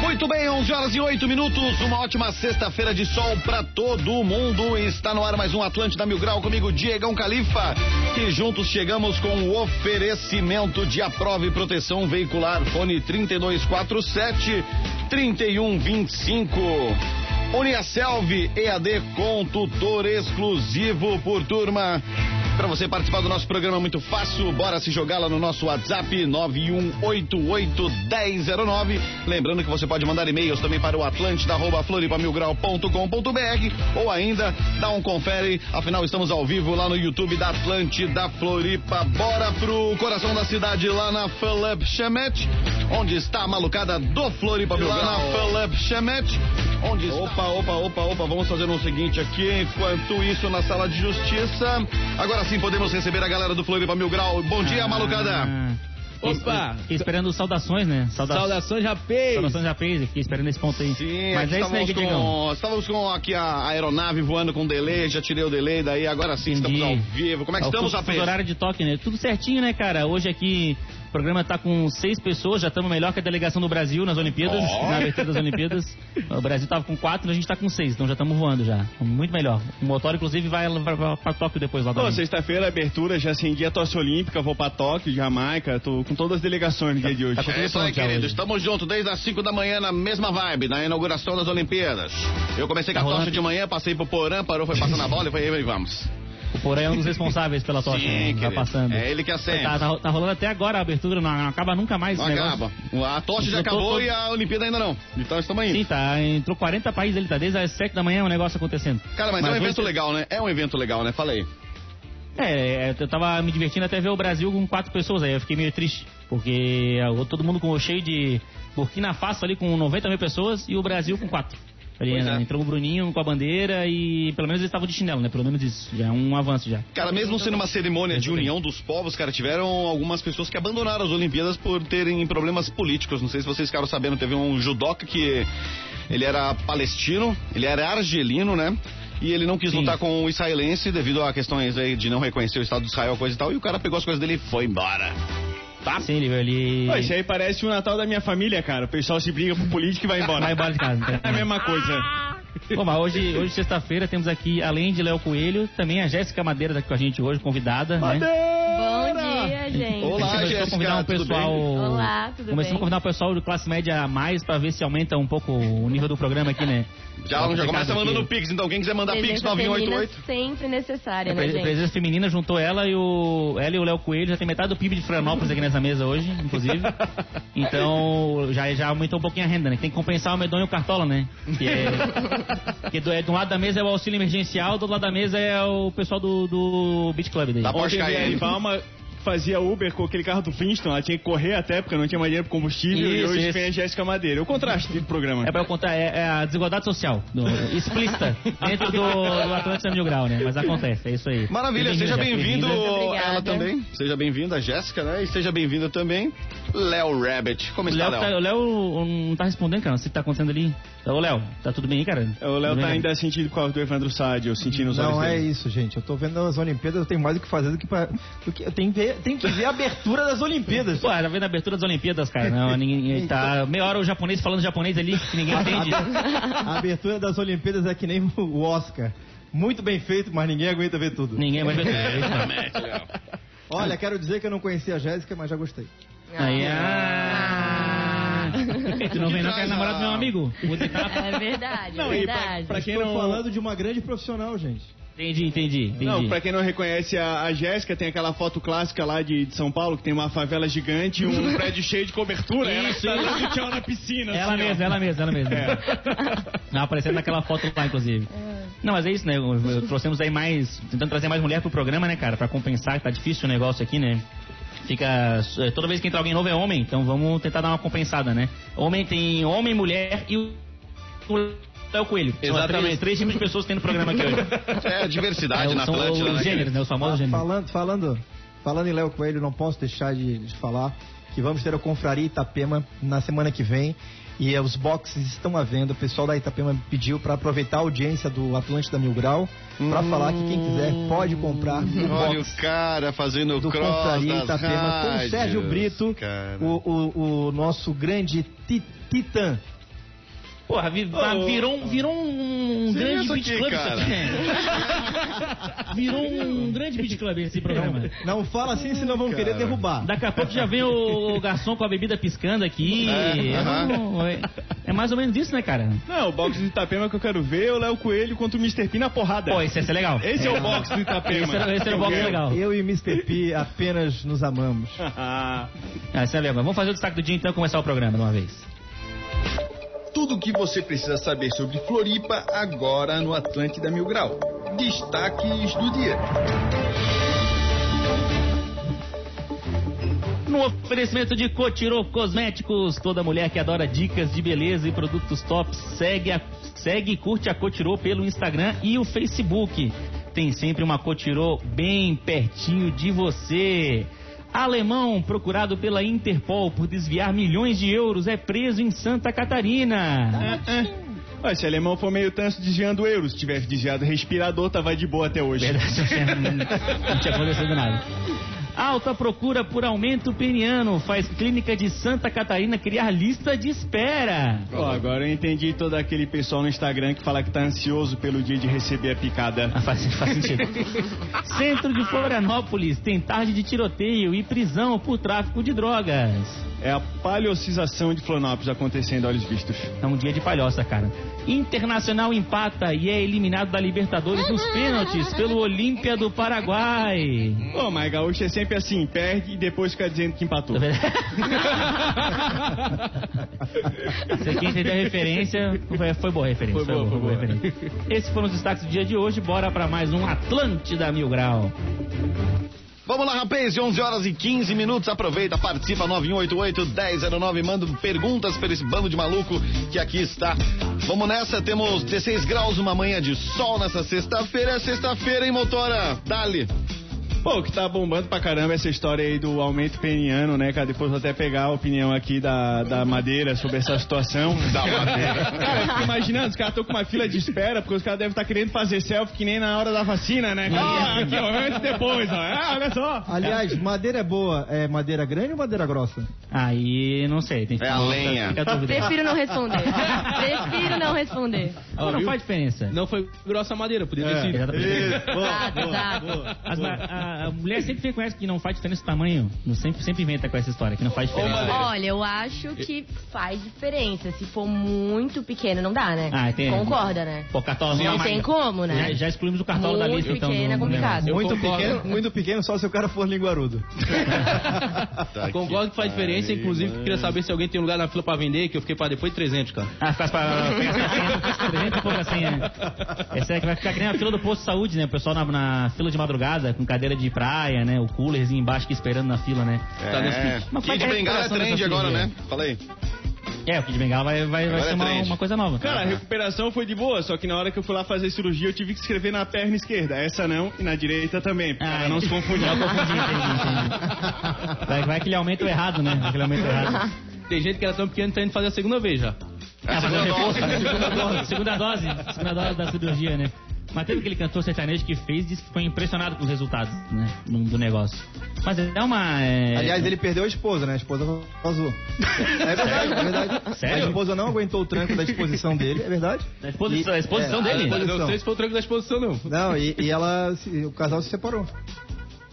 Muito bem, 11 horas e 8 minutos, uma ótima sexta-feira de sol pra todo mundo. Está no ar mais um Atlântida Mil Grau comigo, Diegão Califa, que juntos chegamos com o oferecimento de aprova e proteção veicular, fone 3247 3125. Uniaselv EAD com tutor exclusivo por turma. Para você participar do nosso programa é muito fácil, bora se jogar lá no nosso WhatsApp 91881009. Lembrando que você pode mandar e-mails também para o atlântida@floripamilgrau.com.br ou ainda dá um confere, afinal estamos ao vivo lá no YouTube da Atlântida Floripa. Bora pro coração da cidade lá na Philip Chemet, onde está a malucada do Floripa Mil Grau. Lá na Philip Chemet, onde está Opa, opa, opa, opa, vamos fazer o um seguinte aqui. Enquanto isso, na sala de justiça. Agora sim podemos receber a galera do Floripa Mil Grau. Bom dia, Ah. malucada! Opa! Fiquei esperando saudações, né? Sauda... Saudações já fez! Saudações já fez, fiquei esperando esse ponto aí. Sim, aqui Mas tá é isso aí, estávamos, Digão. com, estávamos com aqui a aeronave voando com delay, já tirei o delay, daí agora sim estamos ao Entendi. vivo. Como é que Ao estamos, fuso- Japê? fuso horário de toque, né? Tudo certinho, né, cara? Hoje aqui o programa tá com seis pessoas, já estamos melhor que a delegação do Brasil nas Olimpíadas, Ó. na abertura das Olimpíadas. O Brasil tava com quatro, a gente tá com seis, então já estamos voando já. Muito melhor. O motor, inclusive, vai pra, pra, pra Tóquio depois lá Pô, também. sexta-feira, abertura, já acendi a tocha olímpica, vou pra Tóquio, Jamaica, tô com todas as delegações no dia de hoje. tá com É isso aí, Pronto, já querido. hoje. Estamos juntos desde as 5 da manhã na mesma vibe, na inauguração das Olimpíadas. Eu comecei com a Tá rolando? tocha de manhã, passei pro Porã, parou, foi passando a bola e foi aí, vamos. O Porém é um dos responsáveis pela tocha, Sim, né? Tá querido. passando. É ele que acende. Tá, tá, tá rolando até agora a abertura, não, não acaba nunca mais Não esse negócio. acaba. A tocha já Eu tô- acabou tô- e a Olimpíada ainda não. Então estamos Sim, indo. tá. Entrou 40 países ali, tá? Desde as 7 da manhã é um negócio acontecendo. Cara, mas, é um hoje- evento legal, né? É um evento legal, né? Falei. É, é, eu tava me divertindo até ver o Brasil com quatro pessoas aí. Eu fiquei meio triste, porque eu- todo mundo com cheio de Burkina Faso ali com 90 mil pessoas e o Brasil com quatro. Ali, Pois né? é. Entrou o Bruninho com a bandeira e pelo menos eles estavam de chinelo, né? Pelo menos isso. Já é um avanço já. Cara, mesmo sendo uma cerimônia de união dos povos, cara, tiveram algumas pessoas que abandonaram as Olimpíadas por terem problemas políticos. Não sei se vocês ficaram sabendo, teve um judoca que ele era palestino, ele era argelino, né? E ele não quis Sim. lutar com o israelense devido a questões aí de não reconhecer o Estado de Israel, coisa e tal. E o cara pegou as coisas dele e foi embora. Tá. Sim, ele, ele... Pô, isso é. aí parece o Natal da minha família, cara. O pessoal se briga por político e vai embora. vai embora de casa. então. É a mesma coisa. Bom, mas hoje, hoje sexta-feira, temos aqui, além de Léo Coelho, também a Jéssica Madeira tá aqui com a gente hoje, convidada, né? Bom dia, Olá, a gente gente. começou a Jéssica, convidar um tudo pessoal. Olá, tudo Começamos bem? a convidar o pessoal de classe média a mais pra ver se aumenta um pouco o nível do programa aqui, né? Já, já começa Complicado mandando aqui. Pix, então quem quiser mandar Pix Presença feminina 9188. sempre necessária, A né, É pre- gente? presença feminina juntou ela e o ela e o Léo Coelho já tem metade do PIB de Franópolis aqui nessa mesa hoje, inclusive. Então já já aumentou um pouquinho a renda, né? Tem que compensar o medonho e o cartola, né? Que é, que do, é, de um lado da mesa é o auxílio emergencial, do outro lado da mesa é o pessoal do, do Beach Club daí. Tá bom. Porsche Ontem veio a é. Cayenne. Evalma fazia Uber com aquele carro do Flintstone, ela tinha que correr até porque não tinha mais dinheiro pro combustível e Isso, hoje isso. vem a Jéssica Madeira. O contraste do programa. É pra eu contar, é, é a desigualdade social, do- explícita, dentro do, do Atlântico Mil Grau, né? Mas acontece, é isso aí. Maravilha, seja bem-vindo bem-vinda. Muito obrigada. ela também. Seja bem-vinda, Jéssica, né? E seja bem-vinda também, Léo Rabbit. Como O está, Léo, Léo? tá, o Léo não tá respondendo, cara. Não sei o que tá acontecendo ali. Ô, Léo, tá tudo bem aí, cara? O Léo Tudo tá bem, ainda sentindo com a do Evandro Sade, eu senti nos olhos Não é dele. isso, gente. Eu tô vendo as Olimpíadas, eu tenho mais o que fazer do que. Pra... do que- Eu tenho que, ver, tenho que ver a abertura das Olimpíadas. Pô, tá vendo a abertura das Olimpíadas, cara. Não, ninguém, tá meia hora o japonês falando japonês ali, que ninguém entende. A abertura das Olimpíadas é que nem o Oscar. Muito bem feito, mas ninguém aguenta ver tudo. ninguém vai ver tudo. É, isso. Olha, quero dizer que eu não conhecia a Jéssica, mas já gostei. Aí, ah... Tu não vem não, que é namorado do meu amigo. tá- Vou tentar- É verdade, é e verdade. Pra quem Estou não- falando de uma grande profissional, gente. Entendi, entendi, entendi. Não, pra quem não reconhece a, a Jéssica, tem aquela foto clássica lá de, de São Paulo, que tem uma favela gigante e um prédio cheio de cobertura. Isso, ela tá isso. dando tchau na piscina. Ela assim, ó. mesma, ela mesma, ela mesma. É. Não, aparecendo naquela foto lá, inclusive. Não, mas é isso, né? Eu- eu- Trouxemos aí mais. Tentando trazer mais mulher pro programa, né, cara? Pra compensar, que tá difícil o negócio aqui, né? Fica. eh, Toda vez que entra alguém novo é homem, então vamos tentar dar uma compensada, né? Homem tem homem, mulher e o. o Léo Coelho. São as Exatamente. Três, três tipos de pessoas que tem no programa aqui hoje. É, diversidade É, na são Atlântida. os né? gêneros, né? Os famosos Fa- gêneros. Falando, falando, falando em Léo Coelho, não posso deixar de, de falar que vamos ter a Confraria Itapema na semana que vem. E eh, os boxes estão à venda. O pessoal da Itapema pediu para aproveitar a audiência do Atlântida Mil Grau para falar que quem quiser pode comprar o Hum. Olha box o cara fazendo do cross Confraria das Itapema com o rádios, Sérgio Brito, cara. o, o- o nosso grande ti- titã. Porra, vi- tá- virou, um- virou um, Sim, grande isso beat aqui, club cara. isso aqui. virou um grande beat club esse programa. Não Hum, fala assim, senão vão querer derrubar. Daqui a pouco já vem o, o garçom com a bebida piscando aqui. É, É, aham. não- é- é mais ou menos isso, né, cara? Não, o box do Itapema que eu quero ver é o Léo Coelho contra o Mr. P na porrada. Pô, esse, esse é legal. Esse é, o box do Esse Itapema. era, esse era o box legal. Eu e Mr. P apenas nos amamos. Ah, Ah, esse é legal. Vamos fazer o destaque do dia então e começar o programa de uma vez. Tudo o que você precisa saber sobre Floripa agora no Atlântida Mil Grau. Destaques do dia. No oferecimento de Cotiro Cosméticos, toda mulher que adora dicas de beleza e produtos top, segue, a- segue e curte a Cotiro pelo Instagram e o Facebook. Tem sempre uma Cotiro bem pertinho de você. Alemão, procurado pela Interpol por desviar milhões de euros, é preso em Santa Catarina. ah. Ah, se alemão for meio tanso desviando euros, se tivesse desviado respirador, tava de boa até hoje. Verdade, não tinha- não tinha acontecido nada. Alta procura por aumento peniano faz clínica de Santa Catarina criar lista de espera. Ó, agora eu entendi todo aquele pessoal no Instagram que fala que tá ansioso pelo dia de receber a picada. Ah, faz, faz sentido. Centro de Florianópolis tem tarde de tiroteio e prisão por tráfico de drogas. É a paleocização de Florianópolis acontecendo a olhos vistos. É um dia de palhoça, cara. Internacional empata e é eliminado da Libertadores nos pênaltis pelo Olímpia do Paraguai. Ô, mas gaúcho é sempre assim, perde e depois fica dizendo que empatou. Tá vendo? Você quem entendeu a referência, foi, foi boa a referência. Foi, boa, foi boa, a referência. Esses foram os destaques do dia de hoje. Bora pra mais um Atlântida Mil Grau. Vamos lá, rapaz, 11 horas e 15 minutos. Aproveita, participa 9188-1009. Manda perguntas para esse bando de maluco que aqui está. Vamos nessa, temos 16 graus, uma manhã de sol nessa sexta-feira. É sexta-feira, hein, motora? Dali. Pô, que tá bombando pra caramba essa história aí do aumento peniano, né, cara? Depois vou até pegar a opinião aqui da, da Madeira sobre essa situação. Tá, Da Madeira. Cara, eu fico imaginando, os caras estão com uma fila de espera, porque os caras devem estar querendo fazer selfie que nem na hora da vacina, né? Cara, aqui, ó, antes e depois, ó. Ah, olha só. Aliás, madeira é boa, é madeira grande ou madeira grossa? Aí, não sei. Tem É a lenha. Fica a dúvida. Prefiro não responder. Prefiro não responder. Não, não faz diferença. Não foi grossa madeira, É, podia ter sido. Exato, exato. As ma- a, a mulher sempre reconhece que não faz diferença o tamanho. Não Sempre, sempre inventa com essa história, que não faz diferença. Olha, eu acho que faz diferença. Se for muito pequeno, não dá, né? Ah, entendi. Concorda, né? Pô, cartola Não amarga. tem como, né? Já, já excluímos o cartola da Muito lista, então. pequeno, é do- do complicado. negócio. Eu muito concordo. pequeno, muito pequeno só se o cara for linguarudo. Tá Concordo que faz diferença, inclusive queria saber se alguém tem lugar na fila pra vender, que eu fiquei pra depois de 300, cara. Ah, ficar pra pegar essa senha, depois de 300 e pouca senha. né? Essa é que vai ficar que nem a fila do posto de saúde, né? O pessoal na, na fila de madrugada, com cadeira de praia, né? O coolerzinho embaixo que esperando na fila, né? Tá nesse É. pique. Mas Kid faz Bengala a é recuperação trend dessa agora, cirurgia. né? Falei. É, o Kid Bengala vai, vai, vai Agora ser é uma, trend. uma coisa nova. Cara, a recuperação foi de boa, só que na hora que eu fui lá fazer cirurgia, eu tive que escrever na perna esquerda. Essa não, e na direita também, pra Ah, não se confundir. Não confundi, entendi, entendi. Vai, vai que ele aumenta o errado, né? Vai que ele aumenta o errado. Tem gente que era tão pequeno que tá indo fazer a segunda vez já. Ah, fazer um reforço, né? segunda dose. Segunda dose. Segunda dose da cirurgia, né? Mas teve aquele cantor sertanejo que fez e disse que ficou impressionado com os resultados, né? Do, do negócio. Mas é uma. é- Aliás, ele perdeu a esposa, né? A esposa vazou. É verdade, é verdade. Sério? A esposa não aguentou o tranco da exposição dele, é verdade? A exposição, a exposição é, dele? a exposição. Não sei se foi o tranco da exposição, não. Não, e, e ela, se- o casal se separou.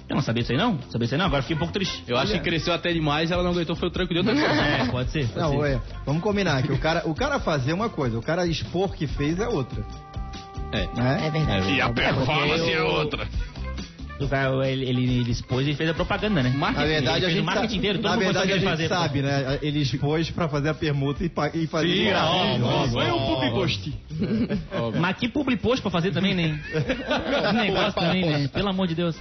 Eu não sabia isso aí, não? Sabia isso aí, não? Agora fiquei um pouco triste. Eu acho que cresceu até demais, ela não aguentou, foi o tranco de outra coisa. É, pode ser. Pode Não, ser. é, vamos combinar que o cara, o cara fazer uma coisa, o cara expor que fez é outra. É. Né? É verdade. E a assim, performance é outra. O cara, ele, ele, ele expôs e fez a propaganda, né? Na Marketing, verdade, ele a fez gente, o marketing sabe, inteiro, todo na mundo gostou verdade, a dele gente fazer. sabe, né? Ele expôs pra fazer a permuta e, pa- e fazer. Sim, ó, ó, Foi um public post. Mas que publi post pra fazer também, né? Esse negócio também, né? Pelo amor de Deus.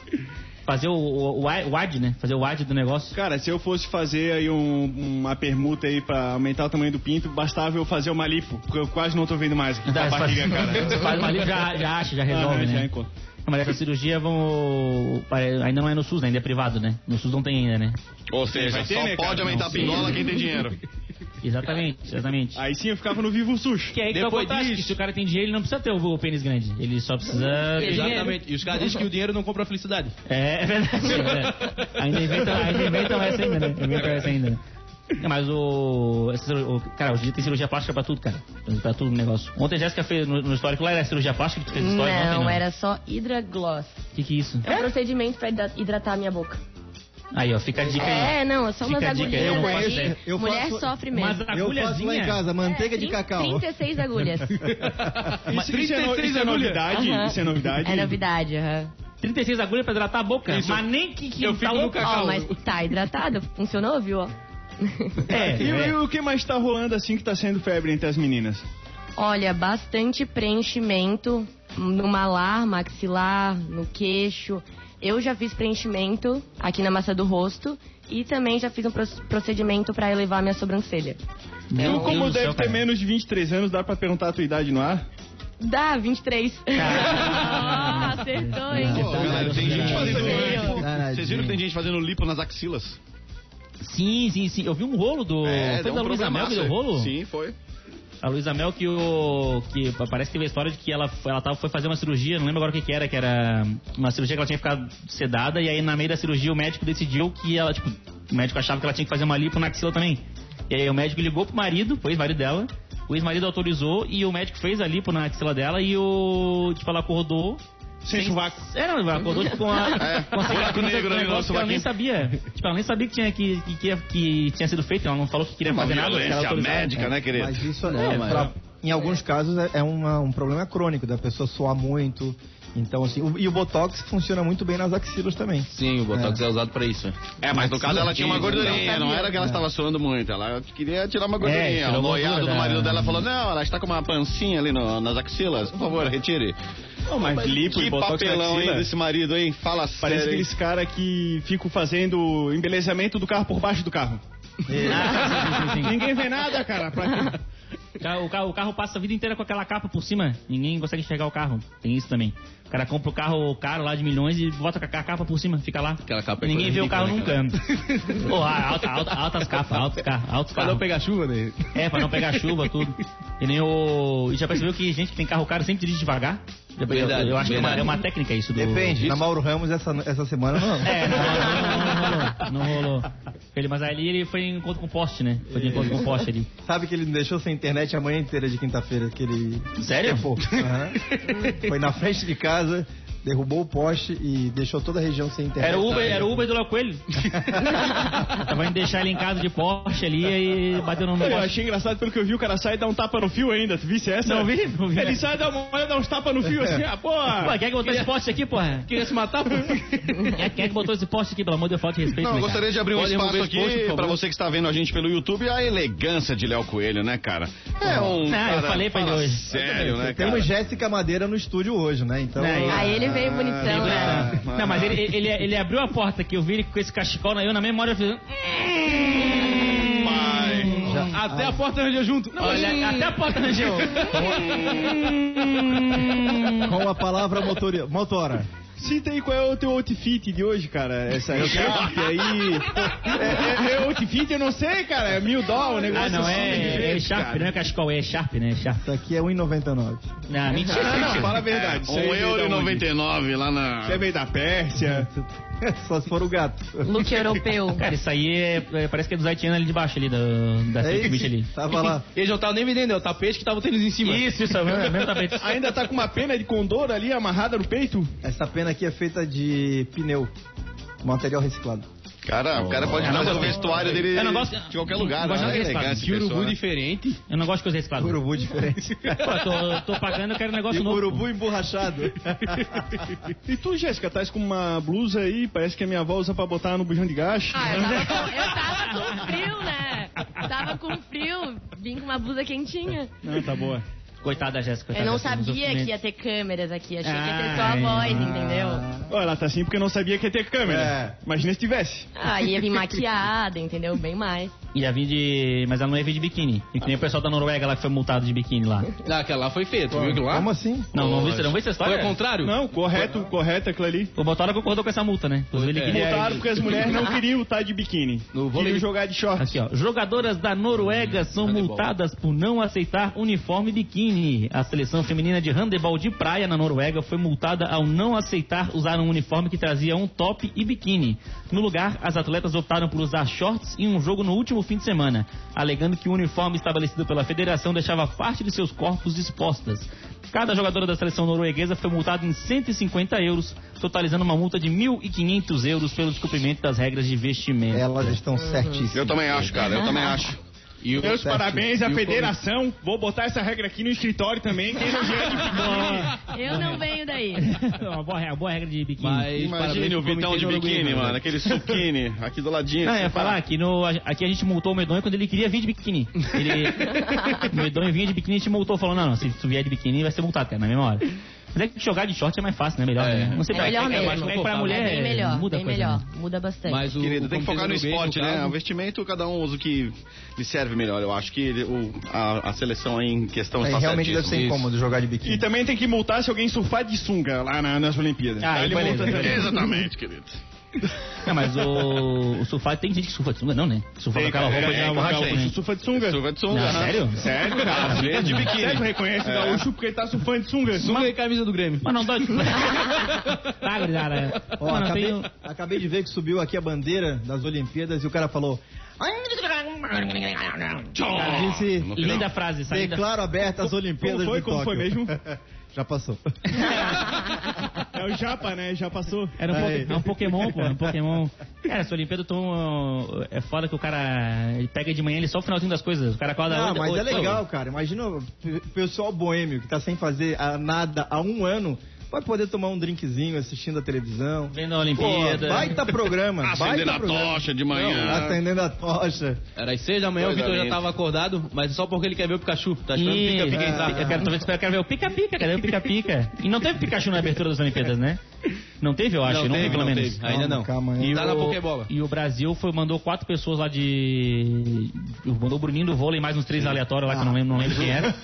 fazer o, o, o a- o ad, né? Fazer o ad do negócio. Cara, se eu fosse fazer aí um- uma permuta aí pra aumentar o tamanho do pinto, bastava eu fazer uma lipo, porque eu quase não tô vendo mais da Dá- barriga, faz, cara. Você faz uma lipo, já, já acha, É já resolve, Ah, já né? encontro. Não, Mas essa cirurgia vão. pare- Ainda não é no SUS, né? Ainda é privado, né? No SUS não tem ainda, né? Ou seja, Vai ter, só né, cara? pode aumentar a Não sei. pingola quem tem dinheiro. Exatamente, exatamente. Aí sim eu ficava no vivo sushi. Que aí que é o Depois fantástico, disso- que se o cara tem dinheiro, ele não precisa ter o, o pênis grande. Ele só precisa. Exatamente. E os caras dizem que o dinheiro não compra a felicidade. É, é verdade. é. Ainda, inventam, ainda inventam essa ainda, né? Inventam essa ainda. né? Não, mas o, essa ciru- o- Cara, hoje em dia tem cirurgia plástica pra tudo, cara. Pra tudo o negócio. Ontem a Jéssica fez no, no histórico lá, era cirurgia plástica que tu fez no histórico? ontem, Não, era só hidragloss. O que, que é isso? É um procedimento pra hidra- hidratar a minha boca. Aí, ó, fica a dica aí. É, não, é só Fica umas a dica aí, agulhinhas eu faço- aqui. eu Mulher faço- sofre Mas a mesmo. Eu faço lá em agulhazinha- casa, manteiga É, de trin- cacau. 36 agulhas. Mas isso, isso é, no- isso é novidade? Aham. Isso é novidade? É novidade, aham. 36 agulhas pra hidratar a boca. Mas nem que, que Eu fico no louco. cacau. Ó, mas tá hidratada, funcionou, viu? ó? É, E, o- é. e o que mais tá rolando assim que tá sendo febre entre as meninas? Olha, bastante preenchimento no malar, maxilar, no queixo. Eu já fiz preenchimento aqui na massa do rosto e também já fiz um pro- procedimento pra elevar minha sobrancelha. Meu tu, Deus como do deve céu, ter cara. menos de 23 anos, dá pra perguntar a tua idade no ar? Dá, 23. Ah, acertou, hein? Pô, galera, tem gente fazendo Meu. lipo. Vocês viram que tem gente fazendo lipo nas axilas? Sim, sim, sim. Eu vi um rolo do. foi É, deu da Luísa Mel programaço. que deu rolo? Sim, foi. A Luísa Mel que o. que parece que teve a história de que ela, ela tava, foi fazer uma cirurgia, não lembro agora o que, que era, que era uma cirurgia que ela tinha ficado sedada, e aí na meio da cirurgia o médico decidiu que ela, tipo, o médico achava que ela tinha que fazer uma lipo na axila também. E aí o médico ligou pro marido, pro ex-marido dela, o ex-marido autorizou e o médico fez a lipo na axila dela e o. Tipo, ela acordou. Sem sovaco. É, não, ela acordou tipo, com a. com a buraco É. negro ali no negócio que ela sovaquinho. nem sabia. Tipo, ela nem sabia que tinha, que, que, que, que tinha sido feito, ela não falou que queria Uma fazer nada. que ela violência autorizava. médica, né, querido? Mas isso Não, é, mas- pra- em alguns casos é, é uma- um problema crônico da pessoa suar muito. Então assim, o- e o botox funciona muito bem nas axilas também. Sim, o Botox é, usado pra isso. É, mas no caso ela tinha uma gordurinha, Não não sabia. era que ela estava suando muito, ela queria tirar uma É, gordurinha. tirou o gordura noiado do da- marido dela falou, não, ela está com uma pancinha ali no- nas axilas, por favor, retire. Não, mas, lipo que e botox na papelão, hein, axila. desse marido, hein? Fala Parece sério. hein? aqueles caras que ficam fazendo embelezamento do carro por baixo do carro. Ah, sim, sim, sim. Ninguém vê nada, cara. Pra quê? Ca- O carro, o carro passa a vida inteira com aquela capa por cima. Ninguém consegue enxergar o carro. Tem isso também. O cara compra o carro caro lá de milhões e bota com a capa por cima, fica lá. Aquela capa é Ninguém coisa vê o ridícula, carro né, nunca. Porra, alta, alta, altas capas, altos carros. Altos carros. pegar chuva, né? É, pra não pegar chuva, tudo. E nem o. E já percebeu que gente que tem carro caro sempre dirige devagar? Eu- eu- Verdade, eu, acho que é uma, verdade. é uma técnica isso do. Depende. Na Mauro Ramos essa, essa semana não. É, não, não, não, não rolou. Não rolou. Ele, mas ali ele foi em encontro com o poste, né? Foi de encontro com o poste ali. Sabe que ele me deixou sem internet a manhã inteira de quinta-feira que ele Sério? Pô, aham. Foi na frente de casa, derrubou o poste e deixou toda a região sem internet. Era o Uber, era o Uber do Léo Coelho. Tava indo deixar ele em casa de Porsche ali e bateu no Eu Porsche. achei engraçado pelo que eu vi, o cara sai e dá um tapa no fio ainda. Tu visse essa? Não vi, não vi. Ele sai, dá uma olhada, dá uns tapas no fio assim, ah, Pô, porra. quem é que botou esse poste aqui, porra? Queria se matar, porra. Quem é, quem é que botou esse poste aqui, pelo amor de Deus, falta de respeito, Não, eu né, gostaria cara? de abrir um Pode espaço remover esse poste, por aqui favor. pra você que está vendo a gente pelo YouTube, a elegância de Léo Coelho, né, cara? É um Não, cara, eu falei pra ele fala hoje. Sério, né, cara? Temos Jéssica Madeira no estúdio hoje, né? Então. É, e- Aí ele veio bonitão, né? Não, mas ele, ele, ele abriu a porta aqui, eu vi ele com esse cachecol, né? eu na memória fiz... Pai. Até a porta arranjou junto. Não, Olha, até a porta arranjou. Com a palavra motori- motora. Cita aí qual é o teu outfit de hoje, cara. Essa eu quero que aí. É, é, é outfit, eu não sei, cara. É mil dólares, o Ah, negócio não, assim, de é, é jeito, Sharp, cara. não é cachecol, é Sharp, né? É Sharp. Isso aqui é 1,99. Não, mentira. Não, fala a verdade. É, um euro e noventa e nove lá na... Você é veio da Pérsia. Só se for o gato. Look europeu. Cara, isso aí é, é- parece que é dos haitianos ali de baixo, ali, do, da É Silk Beach ali. isso. Tava lá. Eles não estavam nem vendendo, é o tapete que tava o tênis em cima. Isso, isso, é o mesmo, é o mesmo tapete. Ainda tá com uma pena de condor ali amarrada no peito? Essa pena aqui é feita de pneu. Material reciclado. Cara, o cara pode Eu não fazer o gosto- vestuário dele Eu não gosto- de qualquer lugar. não gosto né? de respeito. elegância, Que urubu pessoa, né? diferente. Eu não gosto de coisa reciclada. Pô, Urubu diferente. eu tô, eu tô pagando, eu quero um negócio novo. Urubu emborrachado. E tu, Jéssica, tá com uma blusa aí, parece que a minha avó usa pra botar no bujão de gás. Ah, eu tava, com, eu tava com frio, né? Tava com frio, vim com uma blusa quentinha. Não, tá boa. Coitada da Jéssica. coitada Eu da não Jéssica, sabia nos que ia ter câmeras aqui, achei que ia ter só Ah, a voz, é. entendeu? Ó, Ela tá assim porque não sabia que ia ter câmera. Imagina se tivesse. Ah, ia vir maquiada, entendeu? Bem mais. Ia vir de. Mas ela não ia vir de biquíni. E que nem o pessoal da Noruega lá que foi multado de biquíni lá. né? Ah, aquela lá foi feia, tu viu aquilo lá? Como assim? Não, não vi, não vi essa Foi história. ao é. contrário? Não, correto, correto aquilo ali. O Botora concordou com essa multa, né? Pois Os é. Viliquini- Multaram porque as mulheres não queriam estar de biquíni. No vôlei- Queriam jogar de short. Aqui, ó. Jogadoras da Noruega são handebol. multadas por não aceitar uniforme biquíni. A seleção feminina de handebol de praia na Noruega foi multada ao não aceitar usar um uniforme que trazia um top e biquíni. No lugar, as atletas optaram por usar shorts em um jogo no último fim de semana, alegando que o uniforme estabelecido pela federação deixava parte de seus corpos expostas. Cada jogadora da seleção norueguesa foi multada em 150 euros, totalizando uma multa de 1.500 euros pelo descumprimento das regras de vestimento. Elas estão certíssimas. Eu também acho, cara, eu também acho. E o- Meus parabéns à E o federação. Vou botar essa regra aqui no escritório também. Quem não joga de biquíni. Eu não venho daí. É uma boa, regra- boa regra de biquíni. Mas parabéns Imagine o pro Vitão Comitê de Norueguês, biquíni, né? mano. Aquele suquine aqui do ladinho. Não, eu assim, ia falar que no, aqui a gente multou o Medonho quando ele queria vir de biquíni. Ele, o Medonho vinha de biquíni e a gente multou. Falou, não, não, se tu vier de biquíni vai ser multado, cara, na mesma hora. Mas é que jogar de short é mais fácil, né? Melhor, É. né? Não sei É pra melhor é, mesmo. acho que é pra É mulher bem melhor, muda bem a coisa, melhor. né? Muda bastante. Mas o, Querido, o tem que focar no Comitê Norueguês, esporte, né? caso, O vestimento, cada um usa o que lhe serve melhor. Eu acho que ele- o- a, a seleção em questão Tá É, está realmente deve certíssima. ser isso. incômodo jogar de E biquíni. também tem que multar se alguém surfar de sunga lá na- nas Olimpíadas. Ah, Aí ele beleza, multa beleza. também. Exatamente, querido. Não, mas o, o sulfato tem gente que surfa de sunga, não, né? Surfa com aquela roupa de É, borracha, gaúcho né? surfa de sunga. Surfa de sunga. né? Não, sério? Sério, cara? Às vezes de biquíni. Sério, reconhece o gaúcho porque ele tá surfando de sunga. Sunga e camisa do Grêmio. Mas não dói. tá, gurizada. Ó, Mano, acabei, tem o- acabei de ver que subiu aqui a bandeira das Olimpíadas e o cara falou. Cara, disse, No final. Linda frase, essa linda declaro aberta as Olimpíadas Como foi? de Como Tóquio. foi mesmo? Já passou. É o Japa, né? Já passou. Era um, Aí. po- é um Pokémon, pô. É um Pokémon. Cara, essa Olimpíada tão. É foda que o cara. Ele pega de manhã, ele só o finalzinho das coisas. O cara acorda. Ah, oito- mas é oito- legal, cara. Imagina o pe- pessoal boêmio que tá sem fazer ah, nada há um ano, vai poder tomar um drinkzinho assistindo a televisão. Vendo a Pô, Olimpíada. baita programa. Acendendo baita a programa. tocha de Não, manhã. acendendo a tocha. Era às seis da manhã, o Coisa Vitor já linda. tava acordado, mas só porque ele quer ver o Pikachu. Tá achando que o Ih, Pikachu quer entrar. é. eu quero, talvez, eu quero ver o pica-pica, cadê o pica-pica? E não teve Pikachu na abertura das Olimpíadas, né? Não teve, eu acho, não, teve, vi, pelo não menos. teve. Ainda não. Calma aí. E Tá na o- Pokébola. E o Brasil foi, mandou quatro pessoas lá de. Mandou o Bruninho do vôlei, mais uns três aleatórios lá que eu não lembro, não lembro quem era.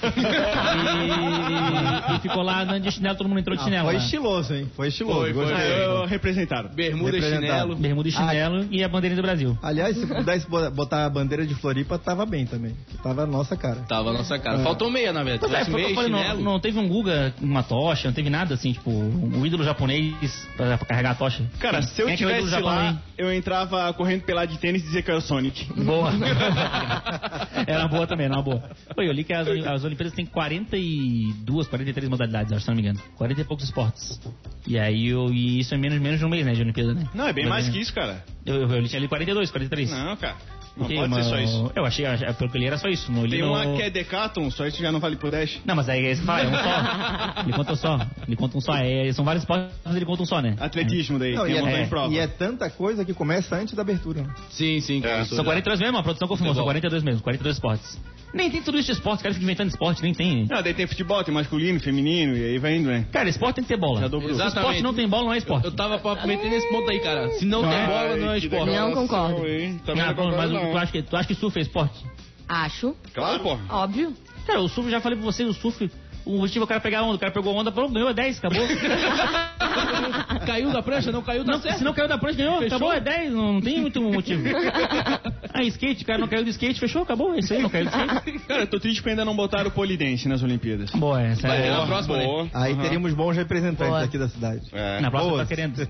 E, e ficou lá andando de chinelo, todo mundo entrou de Ah, chinelo. né? foi lá. estiloso, hein? Foi estiloso. Foi, foi. gostei. Eu representado. Bermuda, Representado. chinelo. Ah, Bermuda e chinelo e a bandeirinha do Brasil. Aliás, se pudesse bo- botar a bandeira de Floripa, tava bem também. Tava a nossa cara. Tava na nossa cara. Faltou meia, na verdade. né? Pois é, Tivesse foi o que meia, eu falei, não, chinelo. não teve um Guga, uma tocha, não teve nada assim, tipo, um ídolo japonês pra, pra carregar a tocha. Cara, Quem- se eu quem é que é o ídolo tivesse lá, japonês? eu entrava correndo pelado de tênis e dizia que era o Sonic. Boa. era uma boa também, era uma boa. Oi, eu li que as, as Olimpíadas têm 42, 43 modalidades, acho, se não me engano. 40 e poucos esportes. E aí, eu, e isso é menos, menos de um mês, né, de Olimpíada, né? Não, é bem Mas, mais né, que isso, cara. Eu, eu, eu li tinha ali 42, 43. Não, cara. Não Porque pode uma- ser só isso. Eu achei, eu achei- pelo que eu li era só isso. Não, eu li Tem no- uma que é Decathlon, só isso já não vale por 10. Não, mas aí é isso que fala, é um só. Ele conta um só. Ele conta um só. É, são vários esportes, mas ele conta um só, né? Atletismo daí, Não, tem e, um montão é, de prova. e é tanta coisa que começa antes da abertura. né? Sim, assim, sim. É, São 42 mesmo, a produção confirmou, são 42 mesmo, 42 esportes. Nem tem tudo isso de esporte, o cara fica inventando esporte, nem tem. Não, daí tem futebol, tem masculino, feminino, e aí vai indo, né? Cara, esporte tem que ter bola. Já dobrou. Se esporte não tem bola, não é esporte. Eu tava pra meter nesse ponto aí, cara. Se não tem é? bola, não é Ai, que esporte. Não concordo. declaração, hein? Também Ah, é não bom, mas concordo, o- não. tu acha, que, tu acha que surf é esporte? Acho, Claro, pô. óbvio. Cara, o surf, eu já falei pra vocês, o surf, o objetivo é o cara pegar a onda, o cara pegou a onda, pronto, ganhou, é 10, acabou. Caiu da prancha? Não caiu, tá Não, certo. se não caiu da prancha, ganhou, Fechou? acabou, é 10, não, não tem muito motivo. Ah, skate, o cara não caiu do skate, fechou, acabou, é isso aí, não caiu do skate. Cara, eu tô triste porque ainda não botaram o polidense nas Olimpíadas. Boa, essa Vai ter é. na próxima, né? Aí teríamos bons representantes Boa. aqui da cidade. É. Na próxima Boa. tá querendo.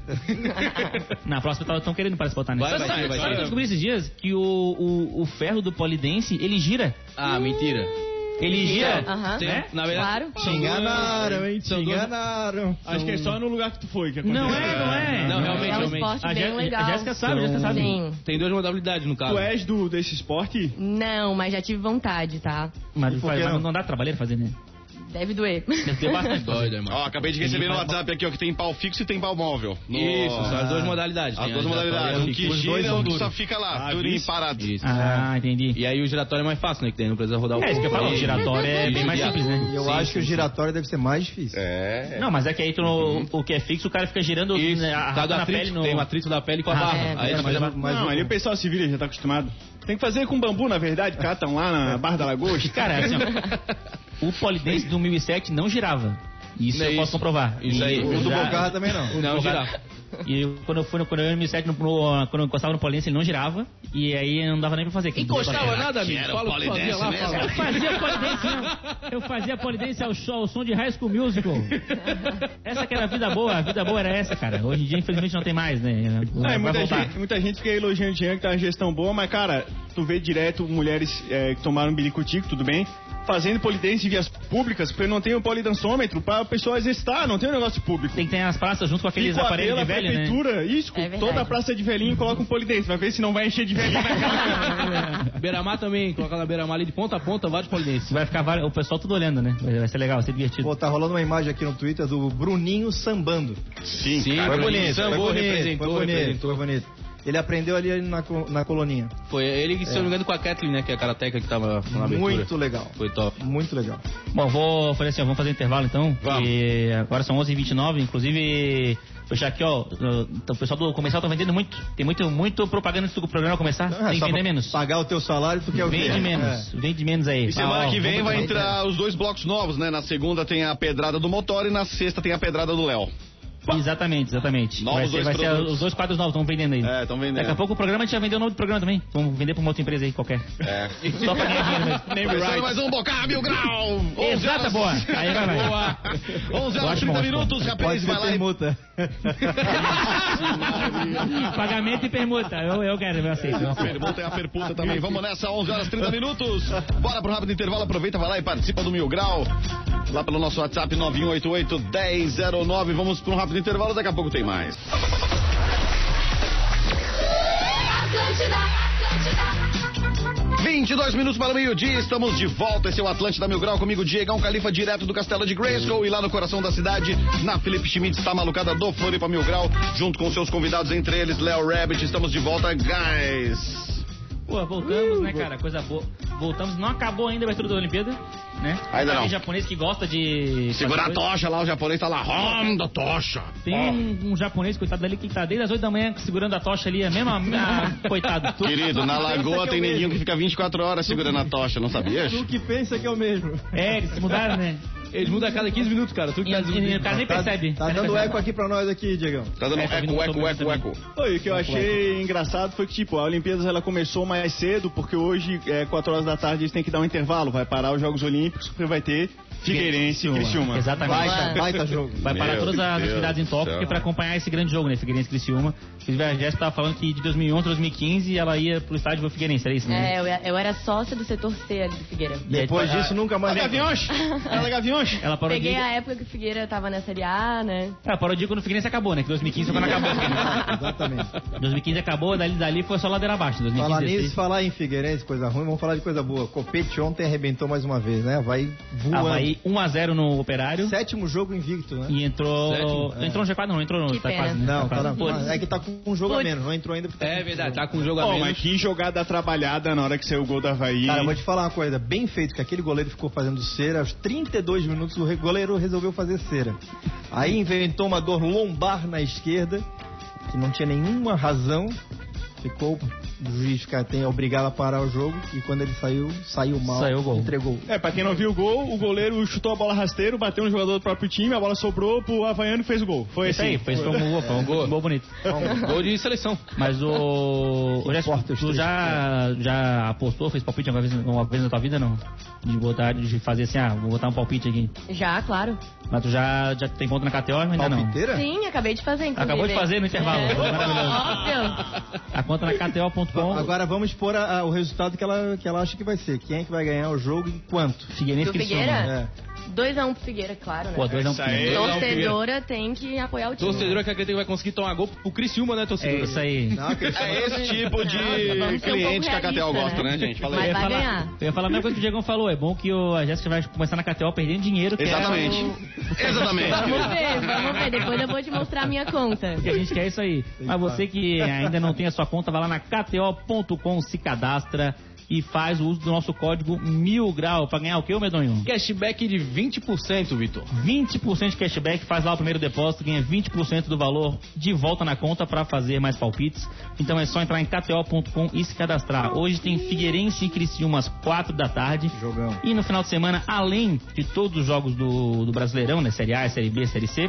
Na próxima estão querendo participar, tá, né? Vai, Sabe- vai, sabe vai, o vai. que eu descobri esses dias? Que o, o, o ferro do polidense, ele gira. Ah, mentira. Ele gira. Aham. Tem- Né? Na verdade. Claro. Te enganaram, hein? Te São duas- enganaram. Acho que é só no lugar que tu foi que aconteceu. Não é, não é. Não, realmente, É um realmente. esporte A bem Jé- legal. a Jéssica sabe, a Jéssica sabe. Sim. Tem duas modalidades no caso. é- Tu és do, desse esporte? Não, mas já tive vontade, tá? Mas, E por faz- que mas não? não dá trabalheira fazer, né? Deve doer. Deve ter bastante. Doido, né, mano. Ó, acabei de receber no WhatsApp aqui, ó, que tem pau fixo e tem pau móvel. Ah, Isso, são as duas Ah. modalidades. As Tem duas a giratória modalidades. Um fixa. que Os gira dois e são um que duros. só fica lá, Ah, duro e isso. parado. Isso. Ah, entendi. E aí o giratório é mais fácil, né? Que daí não precisa rodar o É isso que eu falo, o giratório é bem mais simples, né? E eu Sim, acho que o sim, giratório deve ser mais difícil. É. Não, mas é que aí tu não- o que é fixo, o cara fica girando Isso, né, tá do arrastando a atrito, pele no... tem o atrito da pele com a Ah, barra. é, aí é, tu mas faz a- é mais- Mas não, o- ali o pessoal se vira, já tá acostumado. Tem que fazer com bambu, na verdade, catam lá na Barra da Lagoa. Cara, assim, ó, o polidense do 1007 não girava. Isso Não é eu isso. posso comprovar. Isso aí. E- O do já- Bocarra Ah, também não. Não, Bocarra- girar. E eu, quando eu fui no, quando eu era 1007, no, no- quando eu encostava no polidense, ele não girava. E aí não dava nem pra fazer. aquilo. Encostava nada, amigo. Fala o que fazia lá, fala. Eu fazia polidense, né? Eu fazia polidense ao, show, ao som de High School Musical. Essa que era a vida boa, a vida boa era essa, cara. Hoje em dia, infelizmente, não tem mais, né? Ah, Vai e muita, voltar. gente, muita gente fica elogiando o Jean que tá uma gestão boa, mas cara, tu vê direto mulheres eh, que tomaram bilicotico, tudo bem, fazendo polidense em vias públicas, porque não tem o polidansômetro pra pessoa exercitar, não tem um negócio público. Tem que ter as praças junto com aqueles Fica o apelo aparelhos de à velho, né? prefeitura, isso, É verdade. toda a praça de velhinho coloca um polidense, vai ver se não vai encher de velhinho na cara. Beiramar também, coloca na beiramar ali de ponta a ponta, vários polidenses. Ah, é. Vai ficar vari- o pessoal tudo olhando, né? Vai vai ser legal, vai ser divertido. Pô, tá rolando uma imagem aqui no Twitter do Bruninho sambando. Sim, foi bonito. Sambou, Tá representou, foi bonito, representou. foi bonito. Ele aprendeu ali na, co- na coloninha. Foi ele, que, se eu não me engano, com a Kathleen, né? Que é a karateca que tava na abertura. Muito legal. Foi top. Muito legal. Bom, vou fazer assim, ó, vamos fazer intervalo então. Vamos. E agora são 11h29, inclusive, fechar aqui, ó. O pessoal do comercial tá vendendo muito. Tem muito, muito propaganda antes do programa começar. Ah, Tem que só vender pra menos. Pagar o teu salário, tu quer o quê? É. Vende menos. Vende menos aí. E semana Ó, que vem vamos vai continuar. entrar os dois blocos novos, né? Na segunda tem a pedrada do motor e na sexta tem a pedrada do Léo. Exatamente, exatamente. Novos vai ser, dois vai ser produtos. os dois quadros novos, estão vendendo aí. É, estão vendendo. Daqui a pouco o programa a gente já vendeu o nome do programa também. Vamos vender pra uma outra empresa aí qualquer. É. Só pra ganhar dinheiro mesmo. Começando mais um Bocar Mil Grau! 11 Exata, horas- boa. Aí vai, vai. 11 horas 30 Ótimo, ótimo. minutos, Pode rapaz, ser vai lá e permuta. Pagamento e permuta. Eu, eu quero, eu aceito. Eu aceito. Pergunta é a perputa também. Vamos nessa, 11 horas 30 minutos. Bora pro rápido intervalo. Aproveita, vai lá e participa do Mil Grau. Lá pelo nosso WhatsApp 9188-1009. Vamos pra um rápido intervalo. Daqui a pouco tem mais. Atlântida, Atlântida. 22 minutos para o meio-dia. Estamos de volta. Esse é o Atlântida Mil Grau. Comigo, Diegão Califa, direto do Castelo de Grayskull. E lá no coração da cidade, na Felipe Schmidt, está malucada do Floripa Mil Grau. Junto com seus convidados, entre eles, Léo Rabbit. Estamos de volta, guys. Pô, voltamos, né, cara? Coisa boa. Voltamos, não acabou ainda a abertura da Olimpíada, né? Ainda não. Tem japonês que gosta de. Segura a fazer coisa. tocha lá, o japonês tá lá. Rom da tocha. Tem um, um japonês, coitado ali, que tá desde as 8 da manhã segurando a tocha ali, a mesma. a- coitado. Tu- Querido, na lagoa que tem eu neguinho vejo. que fica 24 horas segurando a tocha, não sabia? Tu que pensa que é o mesmo. É, eles se mudaram, né? Eles mudam a cada 15 minutos, cara. Tu que E, tá e- e o desiludido. cara nem percebe. Tá Cara nem dando percebe. eco aqui pra nós aqui, Diegão. Tá dando É, tá vindo eco, eco, motor eco, também. eco. Oi, o que eu achei engraçado foi que, tipo, a Olimpíadas ela começou mais cedo, porque hoje, é, 4 horas da tarde, eles têm que dar um intervalo, vai parar os Jogos Olímpicos, porque vai ter Figueirense e Criciúma. Exatamente. Vai, tá, vai, tá jogo. Vai parar Meu todas as Deus atividades em do Tóquio céu. porque pra acompanhar esse grande jogo, né? Figueirense e Criciúma. Inclusive, a Jéssica tava falando que de 2011, 2015 ela ia pro estádio do Figueirense, era isso, né? É, eu, eu era sócia do setor C ali do Figueira. E aí, Depois tá- disso, nunca mais. Gaviões! Ela Gaviões! Ela parou Peguei de. a época que o Figueira tava na Série A, né? Ah, parou de ir quando o Figueirense acabou, né? Que 2015 foi quando acabou. o Figueirense. É, Exatamente. 2015 acabou, dali, dali foi só ladeira abaixo. 2015, Falar nisso, 16. falar em Figueirense, coisa ruim, vamos falar de coisa boa. Copete ontem arrebentou mais uma vez, né? Vai voando. Havaí 1x0 no Operário. Sétimo jogo invicto, né? E entrou. Sétimo, não Entrou no G4, não, entrou no. Que tá pena. quase, né? Não, tá tá na... quase. mas é que tá com um jogo a Putz. menos, não entrou ainda porque tá É com um verdade, jogo. tá com um jogo a Pô, mas menos. que jogada trabalhada na hora que saiu o gol do Havaí. Cara, eu vou te falar uma coisa, bem feito que aquele goleiro ficou fazendo cera, aos 32 minutos o re- goleiro resolveu fazer cera. Aí inventou uma dor lombar na esquerda, que não tinha nenhuma razão. Ficou o juiz cara, tem obrigado a parar o jogo e quando ele saiu, saiu mal, Saiu o gol. entregou. É, pra quem não viu o gol, o goleiro chutou a bola rasteiro, bateu no jogador do próprio time, a bola sobrou pro Havaiano e fez o gol. Foi Isso assim. aí, foi isso, foi um gol, foi um gol, um gol bonito. Gol de seleção. Mas o. o Jéssica, importa os tu três, já, já apostou, fez palpite alguma vez, uma vez na tua vida, não? De botar, de fazer assim, ah, vou botar um palpite aqui. Já, claro. Mas tu já, já tem conta na KTO, mas ainda É, não. Palpiteira? Sim, acabei de fazer, inclusive. Acabou de fazer no intervalo. É. Maravilhoso. Óbvio. A conta na KTO.com. Agora vamos expor a- a- o resultado que ela, que ela acha que vai ser. Quem é que vai ganhar o jogo e quanto? Figueirense Do Criciúma. Figueira? É. 2x1 pro Figueira, claro, né? Pô, dois não Isso aí. Dois a um, Torcedora tem que apoiar o time. Torcedora que acredita que vai conseguir tomar gol pro Criciúma, né, É torcedora? isso aí. Não, né? acredito. É esse tipo Não, de vamos ser um cliente que a pouco KTO realista, gosta, né, né? gente? Fala Mas aí. Eu ia vai falar- ganhar. Eu ia falar a mesma coisa que o Diegão falou. É bom que o- a Jéssica vai começar na KTO perdendo dinheiro. que é Exatamente. o- Exatamente. Vamos ver, vamos ver. Depois eu vou te mostrar a minha conta. que a gente quer isso aí. Mas você que ainda não tem a sua conta, vai lá na KTO.com, se cadastra e faz o uso do nosso código mil grau pra ganhar o que, Medonho? Cashback de 20%, Vitor. 20% de cashback, faz lá o primeiro depósito, ganha 20% do valor de volta na conta para fazer mais palpites. Então é só entrar em kto.com e se cadastrar. Hoje tem Figueirense e Criciúma às 4 da tarde. Jogão. E no final de semana, além de todos os jogos do, do Brasileirão, né? Série A, Série B, Série C,